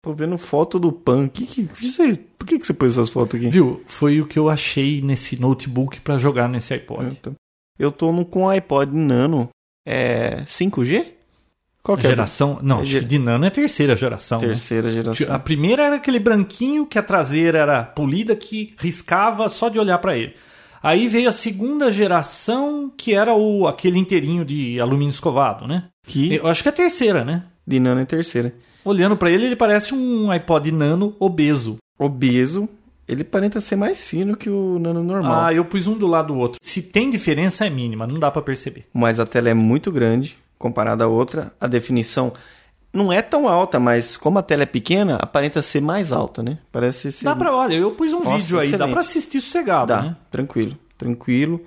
B: Tô vendo foto do Pan. Que, que, que você- por que, que você pôs essas fotos aqui?
C: Viu? Foi o que eu achei nesse notebook pra jogar nesse
B: Eu
C: iPod.
B: tô- Eu tô no, com o iPod Nano. É 5G? Qual que é?
C: geração? Não,
B: É
C: acho
B: gera-
C: que de Nano é terceira geração. né?
B: Terceira
C: A
B: geração.
C: primeira era aquele branquinho que a traseira era polida que riscava só de olhar pra ele. Aí veio a segunda geração, que era o aquele inteirinho de alumínio escovado, né?
B: Que
C: Eu acho que é a terceira, né?
B: de nano é terceira.
C: Olhando pra ele, ele parece um iPod nano obeso.
B: Obeso, ele parenta ser mais fino que o nano normal.
C: Ah, eu pus um do lado do outro. Se tem diferença, é mínima, não dá pra perceber.
B: Mas a tela é muito grande comparada à outra. A definição não é tão alta, mas como a tela é pequena, aparenta ser mais alta, né? Parece ser.
C: Dá pra, olha, eu pus um
B: Nossa,
C: vídeo aí, dá
B: excelente.
C: pra assistir sossegado,
B: Dá,
C: né?
B: tranquilo, tranquilo.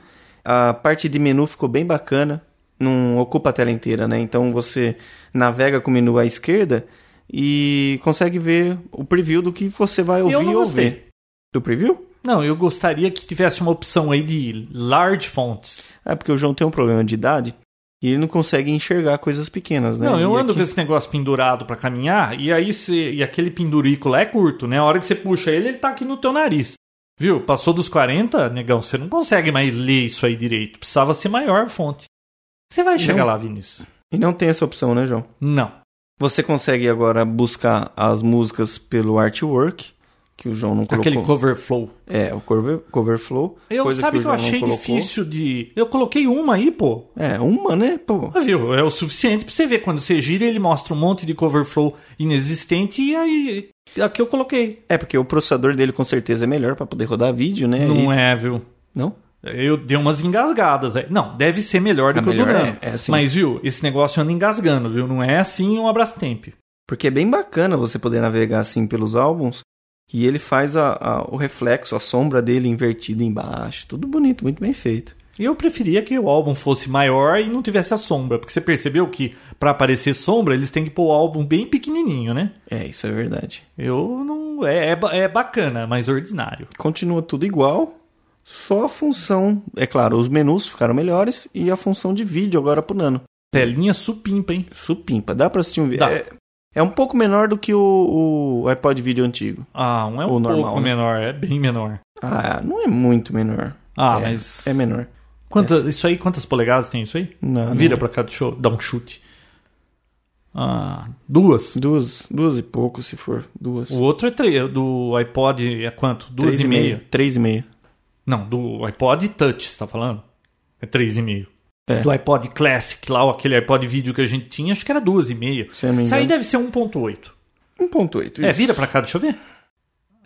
B: A parte de menu ficou bem bacana, não ocupa a tela inteira, né? Então você navega com o menu à esquerda e consegue ver o preview do que você vai
C: não
B: ouvir ou
C: gostei.
B: ver. Do preview?
C: Não, eu gostaria que tivesse uma opção aí de large fonts.
B: É porque o João tem um problema de idade e ele não consegue enxergar coisas pequenas, né?
C: Não, eu
B: E
C: ando
B: aqui-
C: com esse negócio pendurado pra caminhar e aí cê, e aquele pendurico lá é curto, né? A hora que você puxa ele, ele tá aqui no teu nariz. Viu? Passou dos 40, negão, você não consegue mais ler isso aí direito. Precisava ser maior a fonte. Você vai chegar lá, Vinícius?
B: E não tem essa opção, né, João?
C: Não.
B: Você consegue agora buscar as músicas pelo artwork, que o João não colocou.
C: Aquele cover flow.
B: É, o cover, cover flow.
C: Eu
B: coisa
C: sabe
B: o
C: que, eu
B: João não
C: achei
B: colocou.
C: difícil de. Eu coloquei uma aí, pô.
B: É, uma, né? Pô,
C: Mas, viu? É o suficiente pra você ver. Quando você gira, ele mostra um monte de cover flow inexistente e aí. Aqui eu coloquei.
B: É, porque o processador dele com certeza é melhor pra poder rodar vídeo, né?
C: Não é, viu?
B: Não?
C: Eu dei umas engasgadas. aí. Não, deve ser melhor do
B: É
C: que o do
B: melhor,
C: Nano.
B: é, é, sim.
C: Mas, viu, esse negócio anda engasgando, viu? Não é assim um Abrastemp.
B: Porque é bem bacana você poder navegar assim pelos álbuns. E ele faz a- a- o reflexo, a sombra dele invertida embaixo. Tudo bonito, muito bem feito.
C: Eu preferia que o álbum fosse maior e não tivesse a sombra, porque você percebeu que pra aparecer sombra, eles têm que pôr o álbum bem pequenininho, né?
B: É, isso é verdade.
C: Eu não. É, é, ba- é bacana, mas ordinário.
B: Continua tudo igual, só a função. É claro, os menus ficaram melhores e a função de vídeo agora pro Nano.
C: Telinha supimpa, hein?
B: Supimpa, dá pra assistir um vídeo.
C: Dá.
B: É, é um pouco menor do que o, o iPod vídeo antigo.
C: Ah, um é um
B: O normal,
C: pouco
B: né?
C: menor, é bem menor.
B: Ah, não é muito menor.
C: Ah,
B: É,
C: mas.
B: É menor.
C: Quanta- Isso aí, quantas polegadas tem isso aí?
B: Não, não.
C: Vira pra cá, deixa eu dar um chute. Ah, duas?
B: Duas, duas e pouco, se for. Duas.
C: O outro é três. Do iPod é quanto? Duas
B: Três
C: e meia.
B: Três e meia.
C: Não, do iPod Touch, você tá falando? É três e meio.
B: É.
C: Do iPod Classic lá, ou aquele iPod vídeo que a gente tinha, acho que era duas e meia.
B: Se eu não me
C: Isso aí
B: engano.
C: deve ser 1.8.
B: 1.8.
C: É,
B: isso.
C: vira pra cá, deixa eu ver.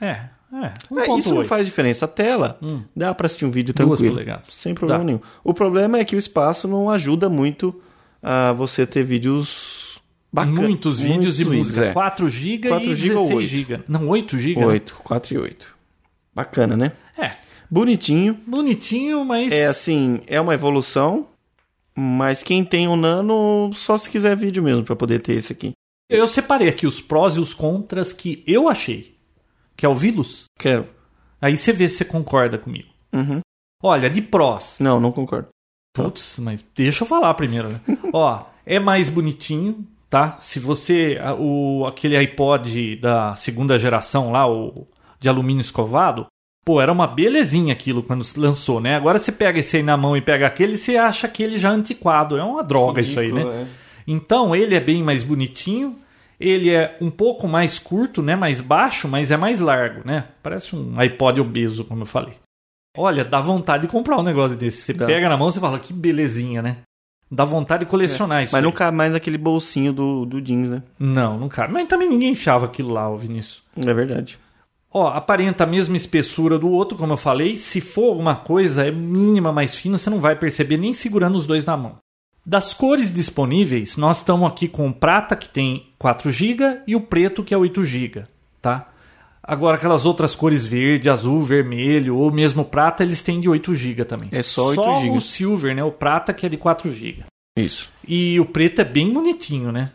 C: É, é.
B: É, isso não
C: 1.8.
B: faz diferença. A tela dá pra assistir um vídeo
C: Hum. Duas
B: tranquilo.
C: polegadas.
B: Sem problema
C: Dá.
B: nenhum. O problema é que o espaço não ajuda muito a você ter vídeos bacanas.
C: Muitos vídeos e música.
B: é.
C: 4 GB e
B: 4 giga ou
C: 16
B: oito?
C: GB. Não, 8 GB?
B: 8, 4 e 8. Bacana, né?
C: É,
B: Bonitinho.
C: bonitinho, mas...
B: É assim, é uma evolução, mas quem tem o Nano só se quiser vídeo mesmo pra poder ter esse aqui.
C: Eu separei aqui os prós e os contras que eu achei. Quer ouvi-los?
B: Quero.
C: Aí você vê se você concorda comigo.
B: Uhum.
C: Olha, de prós.
B: Não, não concordo.
C: Putz, mas deixa eu falar primeiro, né? Ó, é mais bonitinho, tá? Se você. a- O, aquele iPod da segunda geração lá, o de alumínio escovado, pô, era uma belezinha aquilo quando se lançou, né? Agora você pega esse aí na mão e pega aquele, você acha aquele já antiquado. É uma droga isso aí, né?
B: Ridículo, é.
C: Então ele é bem mais bonitinho. Ele é um pouco mais curto, né? Mais baixo, mas é mais largo, né? Parece um iPod obeso, como eu falei. Olha, dá vontade de comprar um negócio desse. Você
B: Dá.
C: pega na mão e fala, que belezinha, né? Dá vontade de colecionar isso.
B: É, Mas não
C: aí.
B: cabe mais aquele bolsinho do, do jeans, né?
C: Não, não cabe. Mas também ninguém enfiava aquilo lá, ô Vinícius.
B: É verdade.
C: Ó, aparenta a mesma espessura do outro, como eu falei. Se for alguma coisa é mínima mais fina, você não vai perceber nem segurando os dois na mão. Das cores disponíveis, nós estamos aqui com o prata, que tem 4 GB, e o preto, que é 8 GB, tá? Agora, aquelas outras cores verde, azul, vermelho, ou mesmo prata, eles têm de 8 GB também.
B: É só 8
C: Só
B: giga.
C: o silver, né? O prata, que é de 4 GB.
B: Isso.
C: E o preto é bem bonitinho, né?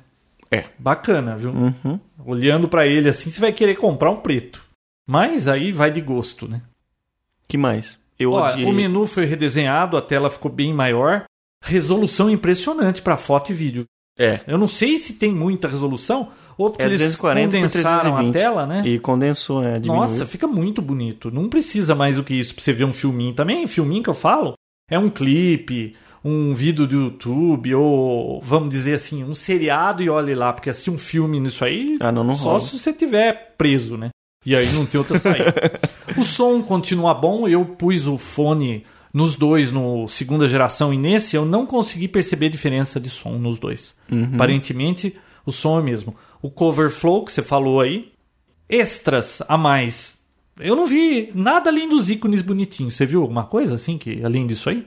B: É.
C: Bacana, viu?
B: Uhum.
C: Olhando pra ele assim, você vai querer comprar um preto. Mas aí vai de gosto, né?
B: Que mais? Eu
C: Ó, um
B: odiei.
C: o menu foi redesenhado, a tela ficou bem maior. Resolução impressionante pra foto e vídeo.
B: É.
C: Eu não sei se tem muita resolução ou porque
B: É
C: eles
B: 240 por
C: condensaram a
B: 320.
C: tela, né?
B: E condensou, é, diminuiu.
C: Nossa, fica muito bonito. Não precisa mais do que isso pra você ver um filminho. Também, filminho que eu falo, é um clipe, um vídeo do YouTube, ou vamos dizer assim, um seriado e olhe lá, porque assistir um filme nisso aí,
B: Ah, não, não
C: só
B: rola.
C: se você tiver preso, né? E aí não tem outra saída. o som continua bom, eu pus o fone nos dois, no segunda geração e nesse, eu não consegui perceber a diferença de som nos dois. Aparentemente, o som é o mesmo. O cover flow que você falou aí, extras a mais. Eu não vi nada além dos ícones bonitinhos. Você viu alguma coisa assim que além disso aí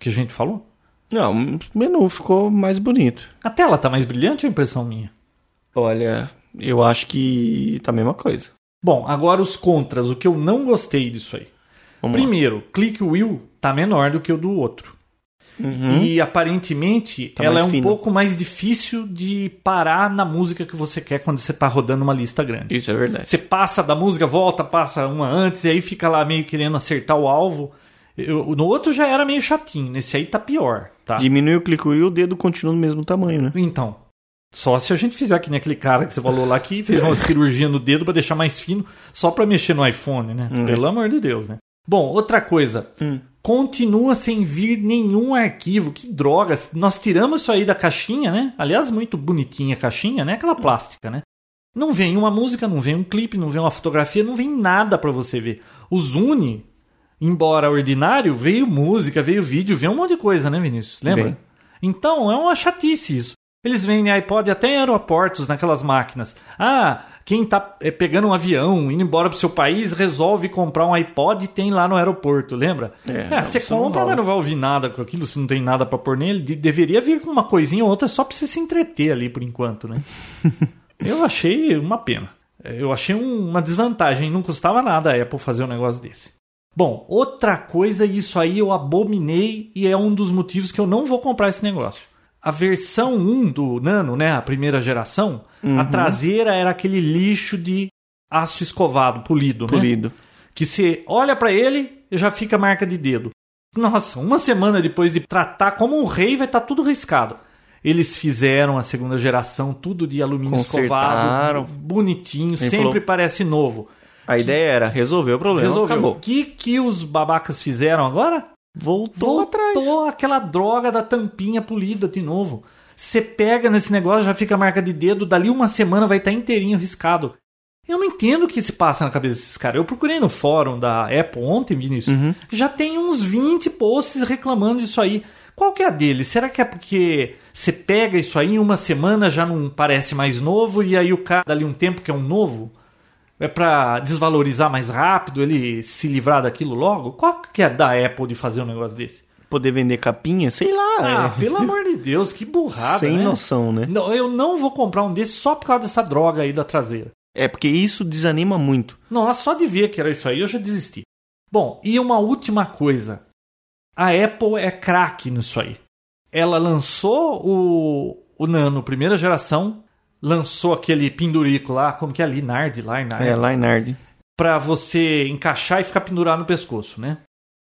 C: que a gente falou?
B: Não, o menu ficou mais bonito.
C: A tela tá mais brilhante ou é impressão minha?
B: Olha, eu acho que tá a mesma coisa.
C: Bom, agora os contras, o que eu não gostei disso aí.
B: Vamos lá.
C: Primeiro, click wheel tá menor do que o do outro.
B: Uhum,
C: E aparentemente
B: Hum? Tá
C: ela é
B: mais
C: um
B: fina.
C: pouco mais difícil de parar na música que você quer quando você tá rodando uma lista grande.
B: Isso é verdade.
C: Você passa da música, volta, passa uma antes, e aí fica lá meio querendo acertar o alvo. Eu- no outro já era meio chatinho, nesse aí tá pior, tá?
B: Diminui o clique e o dedo continua no mesmo tamanho, né?
C: Então, só se a gente fizer que nem aquele cara que você falou lá que fez uma cirurgia no dedo pra deixar mais fino, só pra mexer no iPhone, né?
B: Hum.
C: Pelo amor de Deus, né? Bom, outra coisa.
B: Hum.
C: Continua sem vir nenhum arquivo. Que droga. Nós tiramos isso aí da caixinha, né? Aliás, muito bonitinha a caixinha, né? Aquela plástica, né? Não vem uma música, não vem um clipe, não vem uma fotografia, não vem nada pra você ver. O Zune, embora ordinário, veio música, veio vídeo, veio um monte de coisa, né, Vinícius? Lembra?
B: Veio.
C: Então, é uma chatice isso. Eles vendem iPod até em aeroportos, naquelas máquinas. Ah, quem tá eh, pegando um avião, indo embora pro seu país, resolve comprar um iPod e tem lá no aeroporto, lembra?
B: É,
C: É, você
B: isso não
C: compra,
B: rola.
C: mas não vai ouvir nada com aquilo, se não tem nada pra pôr nele. De- deveria vir com uma coisinha ou outra só pra você se entreter ali por enquanto, né? Eu achei uma pena. Eu achei um- uma desvantagem. Não custava nada a Apple fazer um negócio desse. Bom, outra coisa, e isso aí eu abominei e é um dos motivos que eu não vou comprar esse negócio. A versão 1 do Nano, né, a primeira geração, a
B: Uhum.
C: traseira era aquele lixo de aço escovado, polido, né?
B: Polido.
C: que você olha pra ele e já fica a marca de dedo. Nossa, uma semana depois de tratar como um rei, vai estar tudo riscado. Eles fizeram a segunda geração, tudo de alumínio escovado,
B: Consertaram.
C: bonitinho,
B: Ele
C: sempre
B: falou-
C: parece novo.
B: A ideia era resolver o problema.
C: Resolveu. O
B: Acabou.
C: que, que os babacas fizeram agora?
B: Voltou, atrás.
C: Voltou aquela droga da tampinha polida de novo. Você pega nesse negócio, já fica a marca de dedo, dali uma semana vai estar inteirinho riscado. Eu não entendo o que se passa na cabeça desses caras. Eu procurei no fórum da Apple ontem, Vinícius, já tem uns 20 posts reclamando disso aí. Qual que é a deles? Será que é porque você pega isso aí em uma semana já não parece mais novo e aí o cara dali um tempo que é um novo? É pra desvalorizar mais rápido, ele se livrar daquilo logo? Qual que é da Apple de fazer um negócio desse?
B: Poder vender capinha, sei lá. é,
C: Ah, pelo amor de Deus, que burrada,
B: Sem
C: né?
B: noção, né?
C: Não, eu não vou comprar um desse só por causa dessa droga aí da traseira.
B: É porque isso desanima muito.
C: Nossa, só de ver que era isso aí eu já desisti. Bom, e uma última coisa. A Apple é craque nisso aí. Ela lançou o, o Nano primeira geração, lançou aquele pendurico lá, como que é? Linard, Linard.
B: É, Lainard.
C: para você encaixar e ficar pendurado no pescoço, né?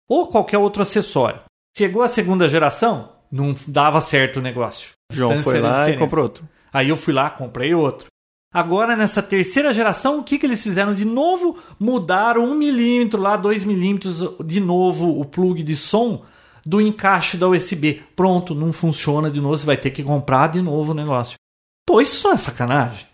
C: Ou qualquer outro acessório. Chegou a segunda geração, não dava certo o negócio.
B: João
C: Distância
B: foi
C: era
B: lá e
C: diferente.
B: comprou outro.
C: Aí eu fui lá, comprei outro. Agora, nessa terceira geração, o que, que eles fizeram de novo? Mudaram um milímetro lá, dois milímetros de novo o plug de som do encaixe da USB. Pronto, não funciona de novo, você vai ter que comprar de novo o negócio. Pô, isso é sacanagem.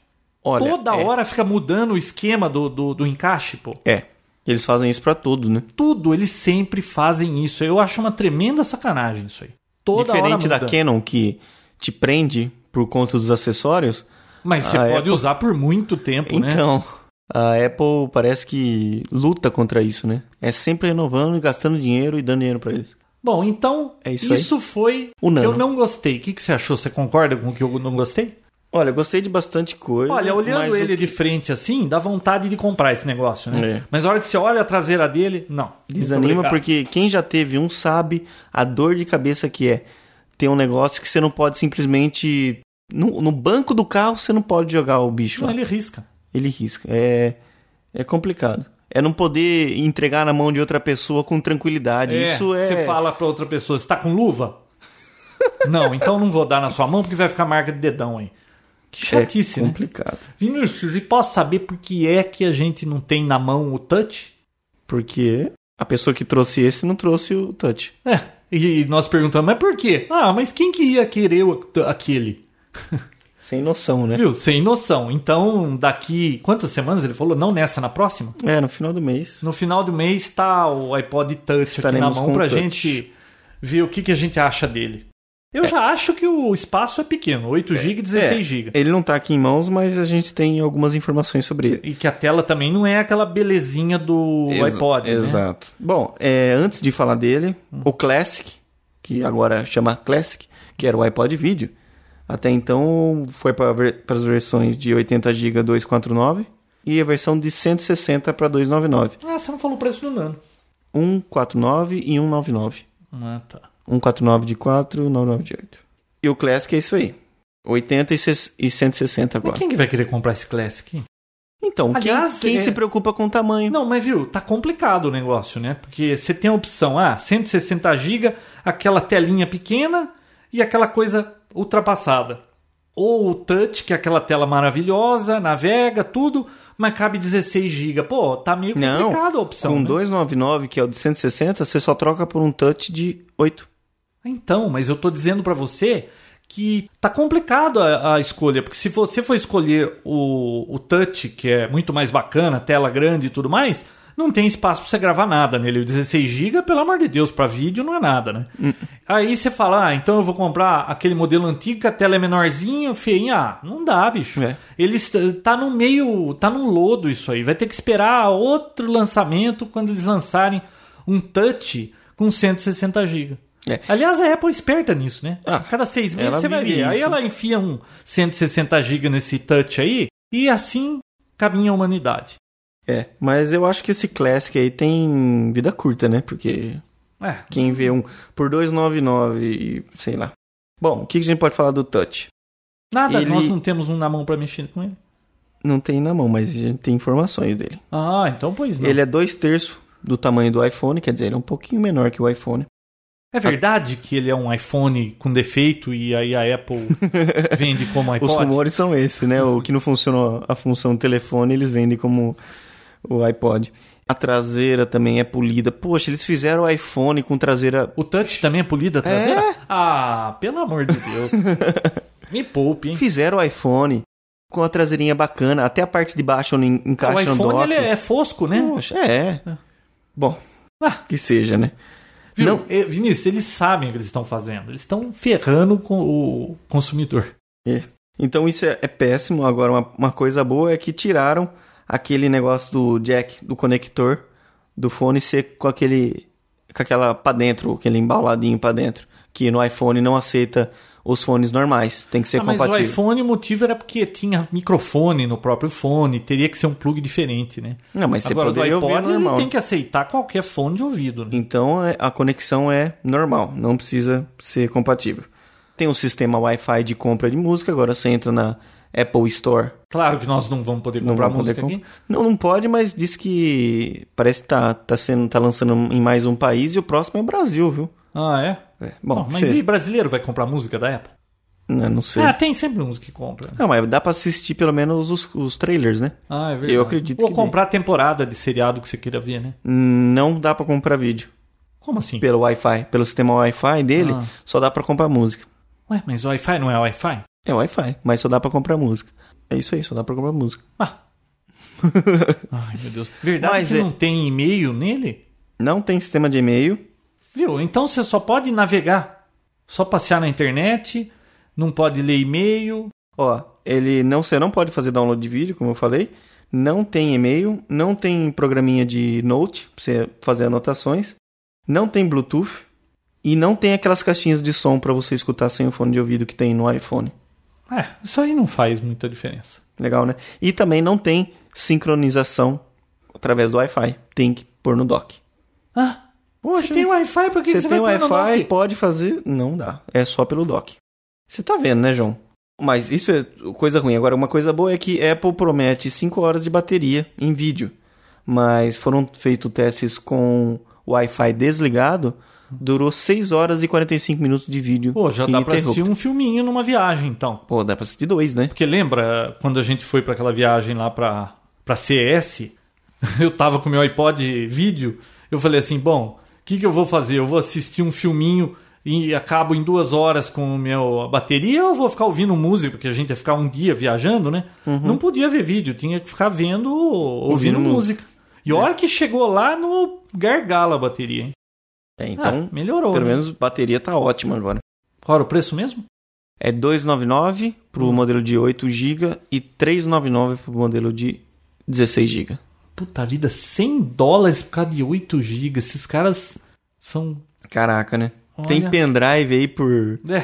B: Olha,
C: Toda
B: é,
C: hora fica mudando o esquema do, do, do encaixe, pô
B: É. Eles fazem isso pra todos, né?
C: tudo, eles sempre fazem isso. Eu acho uma tremenda sacanagem isso aí. Toda
B: Diferente
C: hora
B: da
C: muda.
B: Canon, que te prende por conta dos acessórios.
C: Mas você
B: a
C: pode
B: Apple-
C: usar por muito tempo, né?
B: Ah, é, Então, a Apple parece que luta contra isso, né? É sempre renovando e gastando dinheiro e dando dinheiro pra eles.
C: Bom, então,
B: É isso aí.
C: foi
B: O
C: que
B: Nano.
C: eu não gostei. O que, que você achou? Você concorda com o que eu não gostei?
B: Olha, eu gostei de bastante coisa.
C: Olha,
B: é, mas
C: olhando
B: o
C: ele
B: que
C: de frente assim, dá vontade de comprar esse negócio, né?
B: É.
C: Mas a hora que você olha a traseira dele, não. Muito
B: Desanima
C: obrigado.
B: porque quem já teve um sabe a dor de cabeça que é ter um negócio que você não pode simplesmente. No, no banco do carro você não pode jogar o bicho
C: Não,
B: lá.
C: ele risca.
B: Ele risca. É, é complicado. É não poder entregar na mão de outra pessoa com tranquilidade. Isso é.
C: Você fala pra outra pessoa, você tá com luva? não, então não vou dar na sua mão porque vai ficar marca de dedão aí. Que chatice,
B: é
C: né?
B: complicado.
C: Vinícius, e posso saber por que é que a gente não tem na mão o touch?
B: Porque a pessoa que trouxe esse não trouxe o touch.
C: É, e nós perguntamos, mas por quê? Ah, mas quem que ia querer o- aquele?
B: Sem noção, né?
C: Viu? Sem noção. Então, daqui quantas semanas ele falou? Não nessa, na próxima?
B: É, no final do mês.
C: No final do mês tá o iPod Touch
B: Estaremos
C: aqui na
B: com
C: mão
B: o
C: pra
B: Touch.
C: gente ver o que, que a gente acha dele. Eu já acho que o espaço é pequeno, 8 GB e 16 GB.
B: Ele não tá aqui em mãos, mas a gente tem algumas informações sobre ele.
C: E que a tela também não é aquela belezinha do
B: Exa-
C: iPod, né? Hum.
B: Exato. Bom, é, antes de falar dele, o Classic, que agora chama Classic, que era o iPod Video, até então foi para as versões de 80 GB 249 e a versão de 160 para 299.
C: Ah, você não falou o preço do Nano.
B: 149 e 199.
C: Ah, tá.
B: 149 de 4, 99 de 8. E o Classic é isso aí. 80 e ses- e 160
C: Mas
B: agora.
C: quem que vai querer comprar esse Classic? hein?
B: Então, quem-
C: Aliás,
B: quem,
C: é-
B: se preocupa com o tamanho?
C: Não, mas viu, tá complicado o negócio, né? Porque você tem a opção, ah, 160 GB, aquela telinha pequena e aquela coisa ultrapassada. Ou o touch, que é aquela tela maravilhosa, navega, tudo, mas cabe 16 GB. Pô, tá meio
B: Não,
C: complicado a opção.
B: com
C: né?
B: 299, que é o de 160, você só troca por um touch de 8.
C: Então, mas eu tô dizendo pra você que tá complicado a, a escolha, porque se você for escolher o, o touch, que é muito mais bacana, tela grande e tudo mais, não tem espaço pra você gravar nada nele. O 16 GB, pelo amor de Deus, pra vídeo não é nada, né? Aí você fala, ah, então eu vou comprar aquele modelo antigo, que a tela é menorzinha, feinha. Ah, não dá, bicho.
B: É.
C: Ele está- tá no meio, tá num lodo isso aí. Vai ter que esperar outro lançamento quando eles lançarem um touch com 160 GB.
B: É.
C: Aliás, a Apple é esperta nisso, né?
B: Ah,
C: Cada seis meses
B: ela
C: você vai ver.
B: vive
C: Aí
B: isso.
C: ela enfia um 160 GB nesse touch aí e assim caminha a humanidade.
B: É, mas eu acho que esse Classic aí tem vida curta, né? Porque
C: É,
B: quem vê um por 299 e sei lá. Bom, o que que a gente pode falar do touch?
C: nada,
B: Ele-
C: nós não temos um na mão pra mexer com ele.
B: Não tem na mão, mas a gente tem informações dele.
C: Ah, então pois não.
B: Ele é dois terços do tamanho do iPhone, quer dizer, ele é um pouquinho menor que o iPhone.
C: É verdade que ele é um iPhone com defeito e aí a Apple vende como
B: Os
C: iPod?
B: rumores são esses, né? O que não funciona a função telefone, eles vendem como o iPod. A traseira também é polida. Poxa, eles fizeram o iPhone com traseira.
C: O touch também é polido a traseira? Ah, pelo amor de Deus. Me poupe, hein?
B: Fizeram o iPhone com a traseirinha bacana. Até a parte de baixo onde en-
C: O
B: encaixa
C: iPhone
B: dock.
C: ele é fosco, né?
B: Poxa, é. Bom,
C: Ah.
B: que seja, né?
C: Viu?
B: Não.
C: Eh, Vinícius, eles sabem o que eles estão fazendo. Eles estão ferrando com o consumidor.
B: Então isso é, é péssimo. Agora, uma, uma coisa boa é que tiraram aquele negócio do jack, do conector do fone ser com aquele. com aquela pra dentro, aquele embaladinho pra dentro. Que no iPhone não aceita os fones normais. Tem que ser
C: Ah, mas o
B: É compatível.
C: iPhone, o motivo era porque tinha microfone no próprio fone, teria que ser um plug diferente, né?
B: Não, Hum, mas você
C: Agora, do
B: poderia ouvir
C: iPod, ele
B: normal. né,
C: tem que aceitar qualquer fone de ouvido, né?
B: Então é- a conexão é normal, não precisa ser compatível. Tem um sistema Wi-Fi de compra de música, agora você entra na Apple Store.
C: Claro que nós não vamos poder
B: Não
C: comprar
B: vai poder
C: música
B: comp-
C: aqui.
B: Não, não pode, mas diz que parece que tá, tá, sendo, tá lançando em mais um país e o próximo é o Brasil, viu?
C: Ah, é?
B: É, Bom,
C: Não, mas
B: seja. né,
C: e brasileiro vai comprar música da Apple?
B: Não, não sei.
C: Ah, tem sempre uns que compram. né?
B: Não, mas dá pra assistir pelo menos os, os trailers, né?
C: Ah, é verdade.
B: Eu acredito
C: Ou
B: que
C: comprar a temporada de seriado que você queira ver, né?
B: Não dá pra comprar vídeo
C: Como assim?
B: pelo Wi-Fi. Pelo sistema Wi-Fi dele,
C: Ah.
B: só dá pra comprar música.
C: Ué, mas o Wi-Fi não é Wi-Fi?
B: É Wi-Fi, mas só dá pra comprar música. É isso aí, só dá pra comprar música.
C: Ah. Ai, meu Deus. Verdade
B: Mas
C: que
B: é-
C: não tem e-mail nele?
B: Não tem sistema de e-mail.
C: Viu? Então você só pode navegar. Só passear na internet, não pode ler e-mail.
B: Ó, ele não, você não pode fazer download de vídeo, como eu falei. Não tem e-mail, não tem programinha de note pra você fazer anotações, não tem Bluetooth e não tem aquelas caixinhas de som pra você escutar sem o fone de ouvido que tem no iPhone.
C: É, isso aí não faz muita diferença.
B: Legal, né? E também não tem sincronização através do Wi-Fi. Tem que pôr no dock.
C: Ah, você tem Wi-Fi, por que
B: você
C: você,
B: tem
C: vai pôr no
B: Wi-Fi,
C: dock?
B: pode fazer. Não dá. É só pelo dock. Você tá vendo, né, João? Mas isso é coisa ruim. Agora, uma coisa boa é que Apple promete 5 horas de bateria em vídeo. Mas foram feitos testes com Wi-Fi desligado. Durou 6 horas e 45 minutos de vídeo.
C: Pô, já dá pra assistir
B: ininterrupto.
C: um filminho numa viagem, então.
B: Pô, dá pra assistir dois, né?
C: Porque lembra quando a gente foi pra aquela viagem lá pra, pra CS? Eu tava com meu iPod vídeo. Eu falei assim: bom, o que, que eu vou fazer? Eu vou assistir um filminho e acabo em duas horas com a minha bateria, eu vou ficar ouvindo música, porque a gente ia ficar um dia viajando, né? Não podia ver vídeo, tinha que ficar vendo, ouvindo,
B: Uhum. Ouvindo
C: música. E a hora que chegou lá, no gargala a bateria, hein?
B: É,
C: Ah,
B: então,
C: melhorou.
B: pelo
C: né?
B: menos bateria tá ótima agora.
C: Qual era o preço mesmo?
B: É 299 pro modelo de 8 GB e 399 pro modelo de 16 GB.
C: Puta vida, 100 dólares por causa de 8 GB. Esses caras são.
B: Caraca, né?
C: Olha.
B: Tem pendrive aí por
C: É.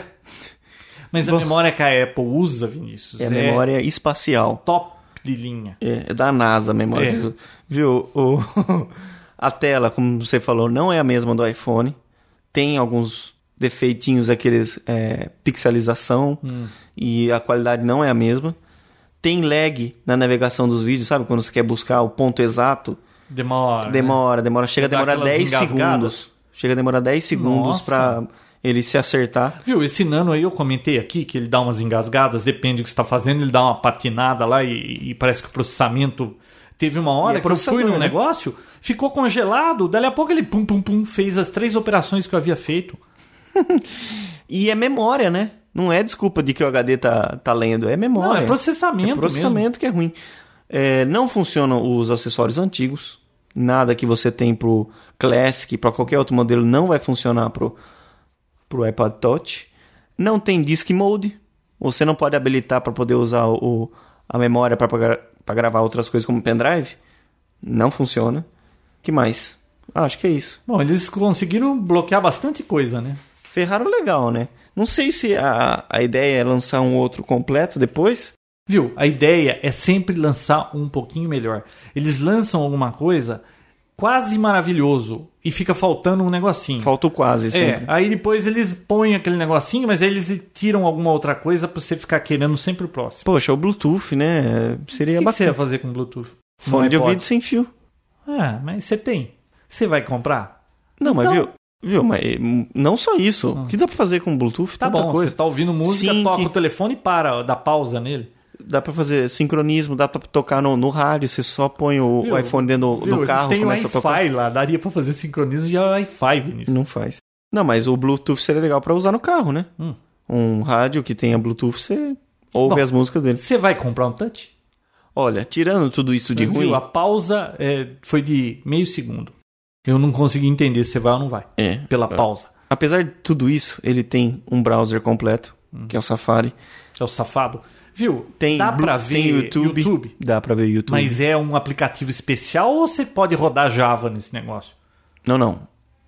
C: Mas a
B: Bom.
C: memória que a Apple usa, Vinícius,
B: é, memória espacial.
C: top de linha.
B: É, é da NASA a memória.
C: É.
B: Viu? Viu? O, a tela, como você falou, não é a mesma do iPhone. Tem alguns defeitinhos, aqueles é, pixelização
C: Hum.
B: e a qualidade não é a mesma. Tem lag na navegação dos vídeos, sabe? Quando você quer buscar o ponto exato,
C: Demora. né?
B: demora, demora, chega a
C: Ah, é? Dá
B: demorar
C: aquelas
B: 10
C: engasgadas.
B: segundos. Chega a demorar 10 segundos
C: Nossa.
B: pra ele se acertar.
C: Viu, esse nano aí eu comentei aqui que ele dá umas engasgadas, depende do que você está fazendo, ele dá uma patinada lá e, e parece que o processamento. Teve uma
B: E
C: hora
B: é
C: que eu fui
B: processador,
C: num
B: né?
C: negócio, ficou congelado, dali a pouco ele pum pum pum fez as três operações que eu havia feito.
B: E é memória, né? Não é desculpa de que o HD tá, tá lendo, é memória.
C: Não, é processamento,
B: É processamento que é ruim. É, não funcionam os acessórios antigos. Nada que você tem pro Classic, para qualquer outro modelo, não vai funcionar pro, pro iPod Touch. Não tem Disk Mode. Você não pode habilitar para poder usar o, a memória para gravar outras coisas como pendrive. Não funciona. que mais? Ah, acho que é isso.
C: Bom, eles conseguiram bloquear bastante coisa, né?
B: Ferraram legal, né? Não sei se a, a ideia é lançar um outro completo depois.
C: Viu? A ideia é sempre lançar um pouquinho melhor. Eles lançam alguma coisa quase maravilhoso e fica faltando um negocinho.
B: Faltou quase
C: É,
B: sempre.
C: aí depois eles põem aquele negocinho, mas aí eles tiram alguma outra coisa pra você ficar querendo sempre o próximo.
B: Poxa, o Bluetooth, né? Seria
C: o que, que você
B: bacana.
C: ia fazer com Bluetooth? No
B: Fone de
C: iPod?
B: ouvido sem fio.
C: Ah, mas você tem. Você vai comprar?
B: Não, mas
C: Então-
B: viu? Viu, mas eh, m- não só isso. O que dá pra fazer com Bluetooth?
C: Tá
B: Tanta
C: bom,
B: coisa.
C: você tá ouvindo música,
B: Sync.
C: toca o telefone e para, ó, dá pausa nele.
B: Dá pra fazer sincronismo, dá pra tocar no, no rádio. Você só põe o
C: Viu?
B: iPhone dentro do-
C: Viu?
B: do carro
C: Eles têm
B: começa a tocar.
C: Wi-Fi lá, daria pra fazer sincronismo de Wi-Fi, Vinícius.
B: Não faz. Não, mas o Bluetooth seria legal pra usar no carro, né?
C: Hum.
B: Um rádio que tenha Bluetooth, você ouve
C: Bom.
B: as músicas dele.
C: Você vai comprar um touch?
B: Olha, tirando tudo isso de
C: Né? Viu?
B: ruim.
C: A pausa é, foi de meio segundo. Eu não consegui entender se vai ou não vai.
B: É.
C: Pela
B: É.
C: pausa.
B: Apesar de tudo isso, ele tem um browser completo, que é o Safari.
C: É o safado. Viu?
B: Tem,
C: Hum. Dá
B: Blu-
C: pra ver
B: tem YouTube, Dá pra ver o YouTube.
C: Mas é um aplicativo especial ou você pode rodar Java nesse negócio?
B: Não, não.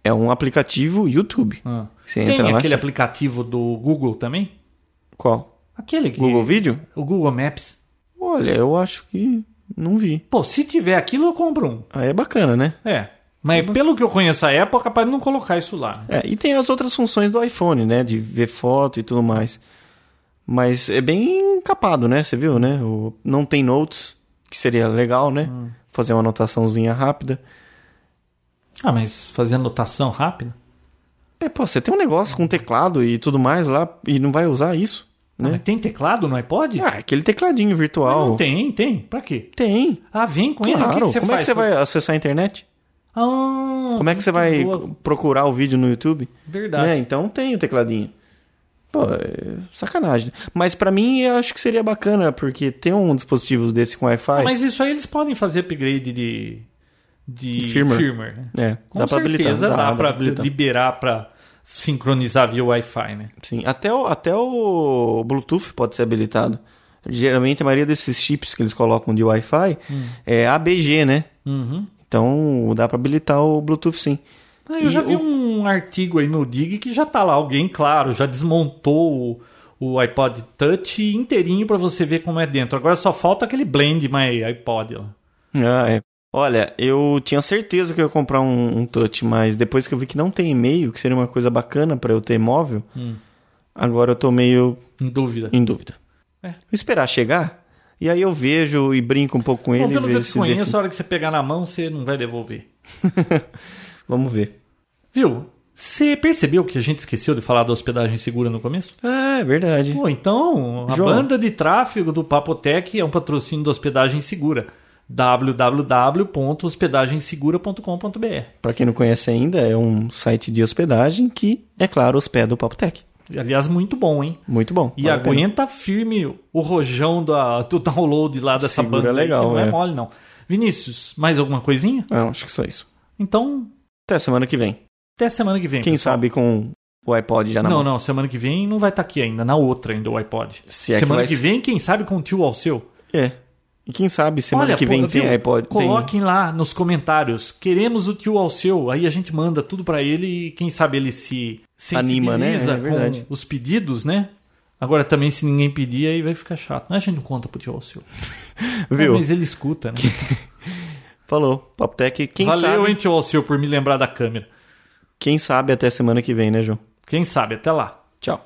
B: É um aplicativo YouTube. Você
C: Tem
B: Ah. entra lá,
C: aquele
B: você-
C: aplicativo do Google também?
B: Qual?
C: Aquele que...
B: Google Vídeo?
C: O Google Maps.
B: Olha, eu acho que não vi.
C: Pô, se tiver aquilo, eu compro um.
B: Aí é bacana, né?
C: É. Mas pelo que eu conheço a Apple, é capaz de não colocar isso lá. né?
B: É, e tem as outras funções do iPhone, né? De ver foto e tudo mais. Mas é bem encapado, né? Você viu, né? O... Não tem notes, que seria legal, né?
C: Hum.
B: Fazer uma anotaçãozinha rápida.
C: Ah, mas fazer anotação rápida?
B: É, pô, você tem um negócio com teclado e tudo mais lá e não vai usar isso,
C: Ah, mas
B: né?
C: tem teclado no iPod?
B: Ah, aquele tecladinho
C: Mas
B: virtual.
C: não tem, tem. Pra quê?
B: Tem,
C: Ah, vem com ele. O que
B: claro.
C: que você
B: Como é que
C: faz?
B: você vai acessar a internet?
C: Ah,
B: Como é que você vai
C: boa.
B: procurar o vídeo no YouTube?
C: Verdade.
B: Né? Então tem o tecladinho. Pô, é sacanagem. Mas pra mim, eu acho que seria bacana, porque ter um dispositivo desse com Wi-Fi...
C: Mas isso aí eles podem fazer upgrade de, de
B: De firmware.
C: né?
B: É,
C: Com
B: dá pra habilitar.
C: certeza dá, pra
B: habilitar.
C: liberar pra sincronizar via Wi-Fi, né?
B: Sim, até o, até o Bluetooth pode ser habilitado. Geralmente, a maioria desses chips que eles colocam de Wi-Fi
C: Hum.
B: é ABG, né? Então, dá pra habilitar o Bluetooth, sim.
C: Uhum. Ah, eu já
B: E
C: vi
B: o-
C: um artigo aí no Dig que já tá lá. Alguém, claro, já desmontou o, o iPod Touch inteirinho pra você ver como é dentro. Agora só falta aquele blend my iPod lá.
B: Ah, é. Olha, eu tinha certeza que eu ia comprar um, um touch, mas depois que eu vi que não tem e-mail, que seria uma coisa bacana pra eu ter móvel,
C: Hum.
B: agora eu tô meio
C: Em dúvida.
B: em dúvida.
C: É.
B: Vou esperar chegar, e aí eu vejo e brinco um pouco com ele.
C: Bom, pelo
B: e
C: que eu
B: vejo
C: te
B: se
C: conheço,
B: desse-
C: a hora que você pegar na mão, você não vai devolver.
B: Vamos ver.
C: Viu? Você percebeu que a gente esqueceu de falar da hospedagem segura no começo?
B: Ah, é verdade.
C: Pô, então, a
B: João.
C: banda de tráfego do Papotec é um patrocínio da Hospedagem Segura. www.hospedagensegura.com.br.
B: Pra quem não conhece ainda, é um site de hospedagem que, é claro, hospeda o Papo Tech.
C: Aliás, muito bom, hein?
B: Muito bom.
C: E
B: vale a pena.
C: aguenta firme o rojão da, do download lá dessa
B: Segura
C: banda. aí, que
B: legal,
C: não é
B: é.
C: mole, não. Vinícius, mais alguma coisinha?
B: Não, Ah, acho que só isso.
C: Então,
B: Até semana que vem.
C: até semana que vem.
B: Quem sabe com o iPod já na
C: Não,
B: mão.
C: não, semana que vem não vai estar aqui ainda, na outra ainda o iPod.
B: Se é que
C: semana
B: vai
C: que,
B: ser.
C: vem, quem sabe com o tio ao seu.
B: É. E quem sabe semana
C: Olha,
B: que
C: pô,
B: vem
C: viu?
B: tem iPod. tem-
C: Coloquem lá nos comentários. Queremos o tio ao seu. Aí a gente manda tudo pra ele e quem sabe ele se
B: Anima, né? É
C: sensibiliza
B: verdade.
C: com os pedidos, né? Agora também, se ninguém pedir, aí vai ficar chato. A gente não conta pro tio ao seu.
B: Viu?
C: mas ele escuta, né?
B: Falou. Papo Tech. Quem
C: Valeu,
B: sabe...
C: hein, tio Alceu, por me lembrar da câmera.
B: Quem sabe até semana que vem, né, João?
C: Quem sabe, até lá.
B: Tchau.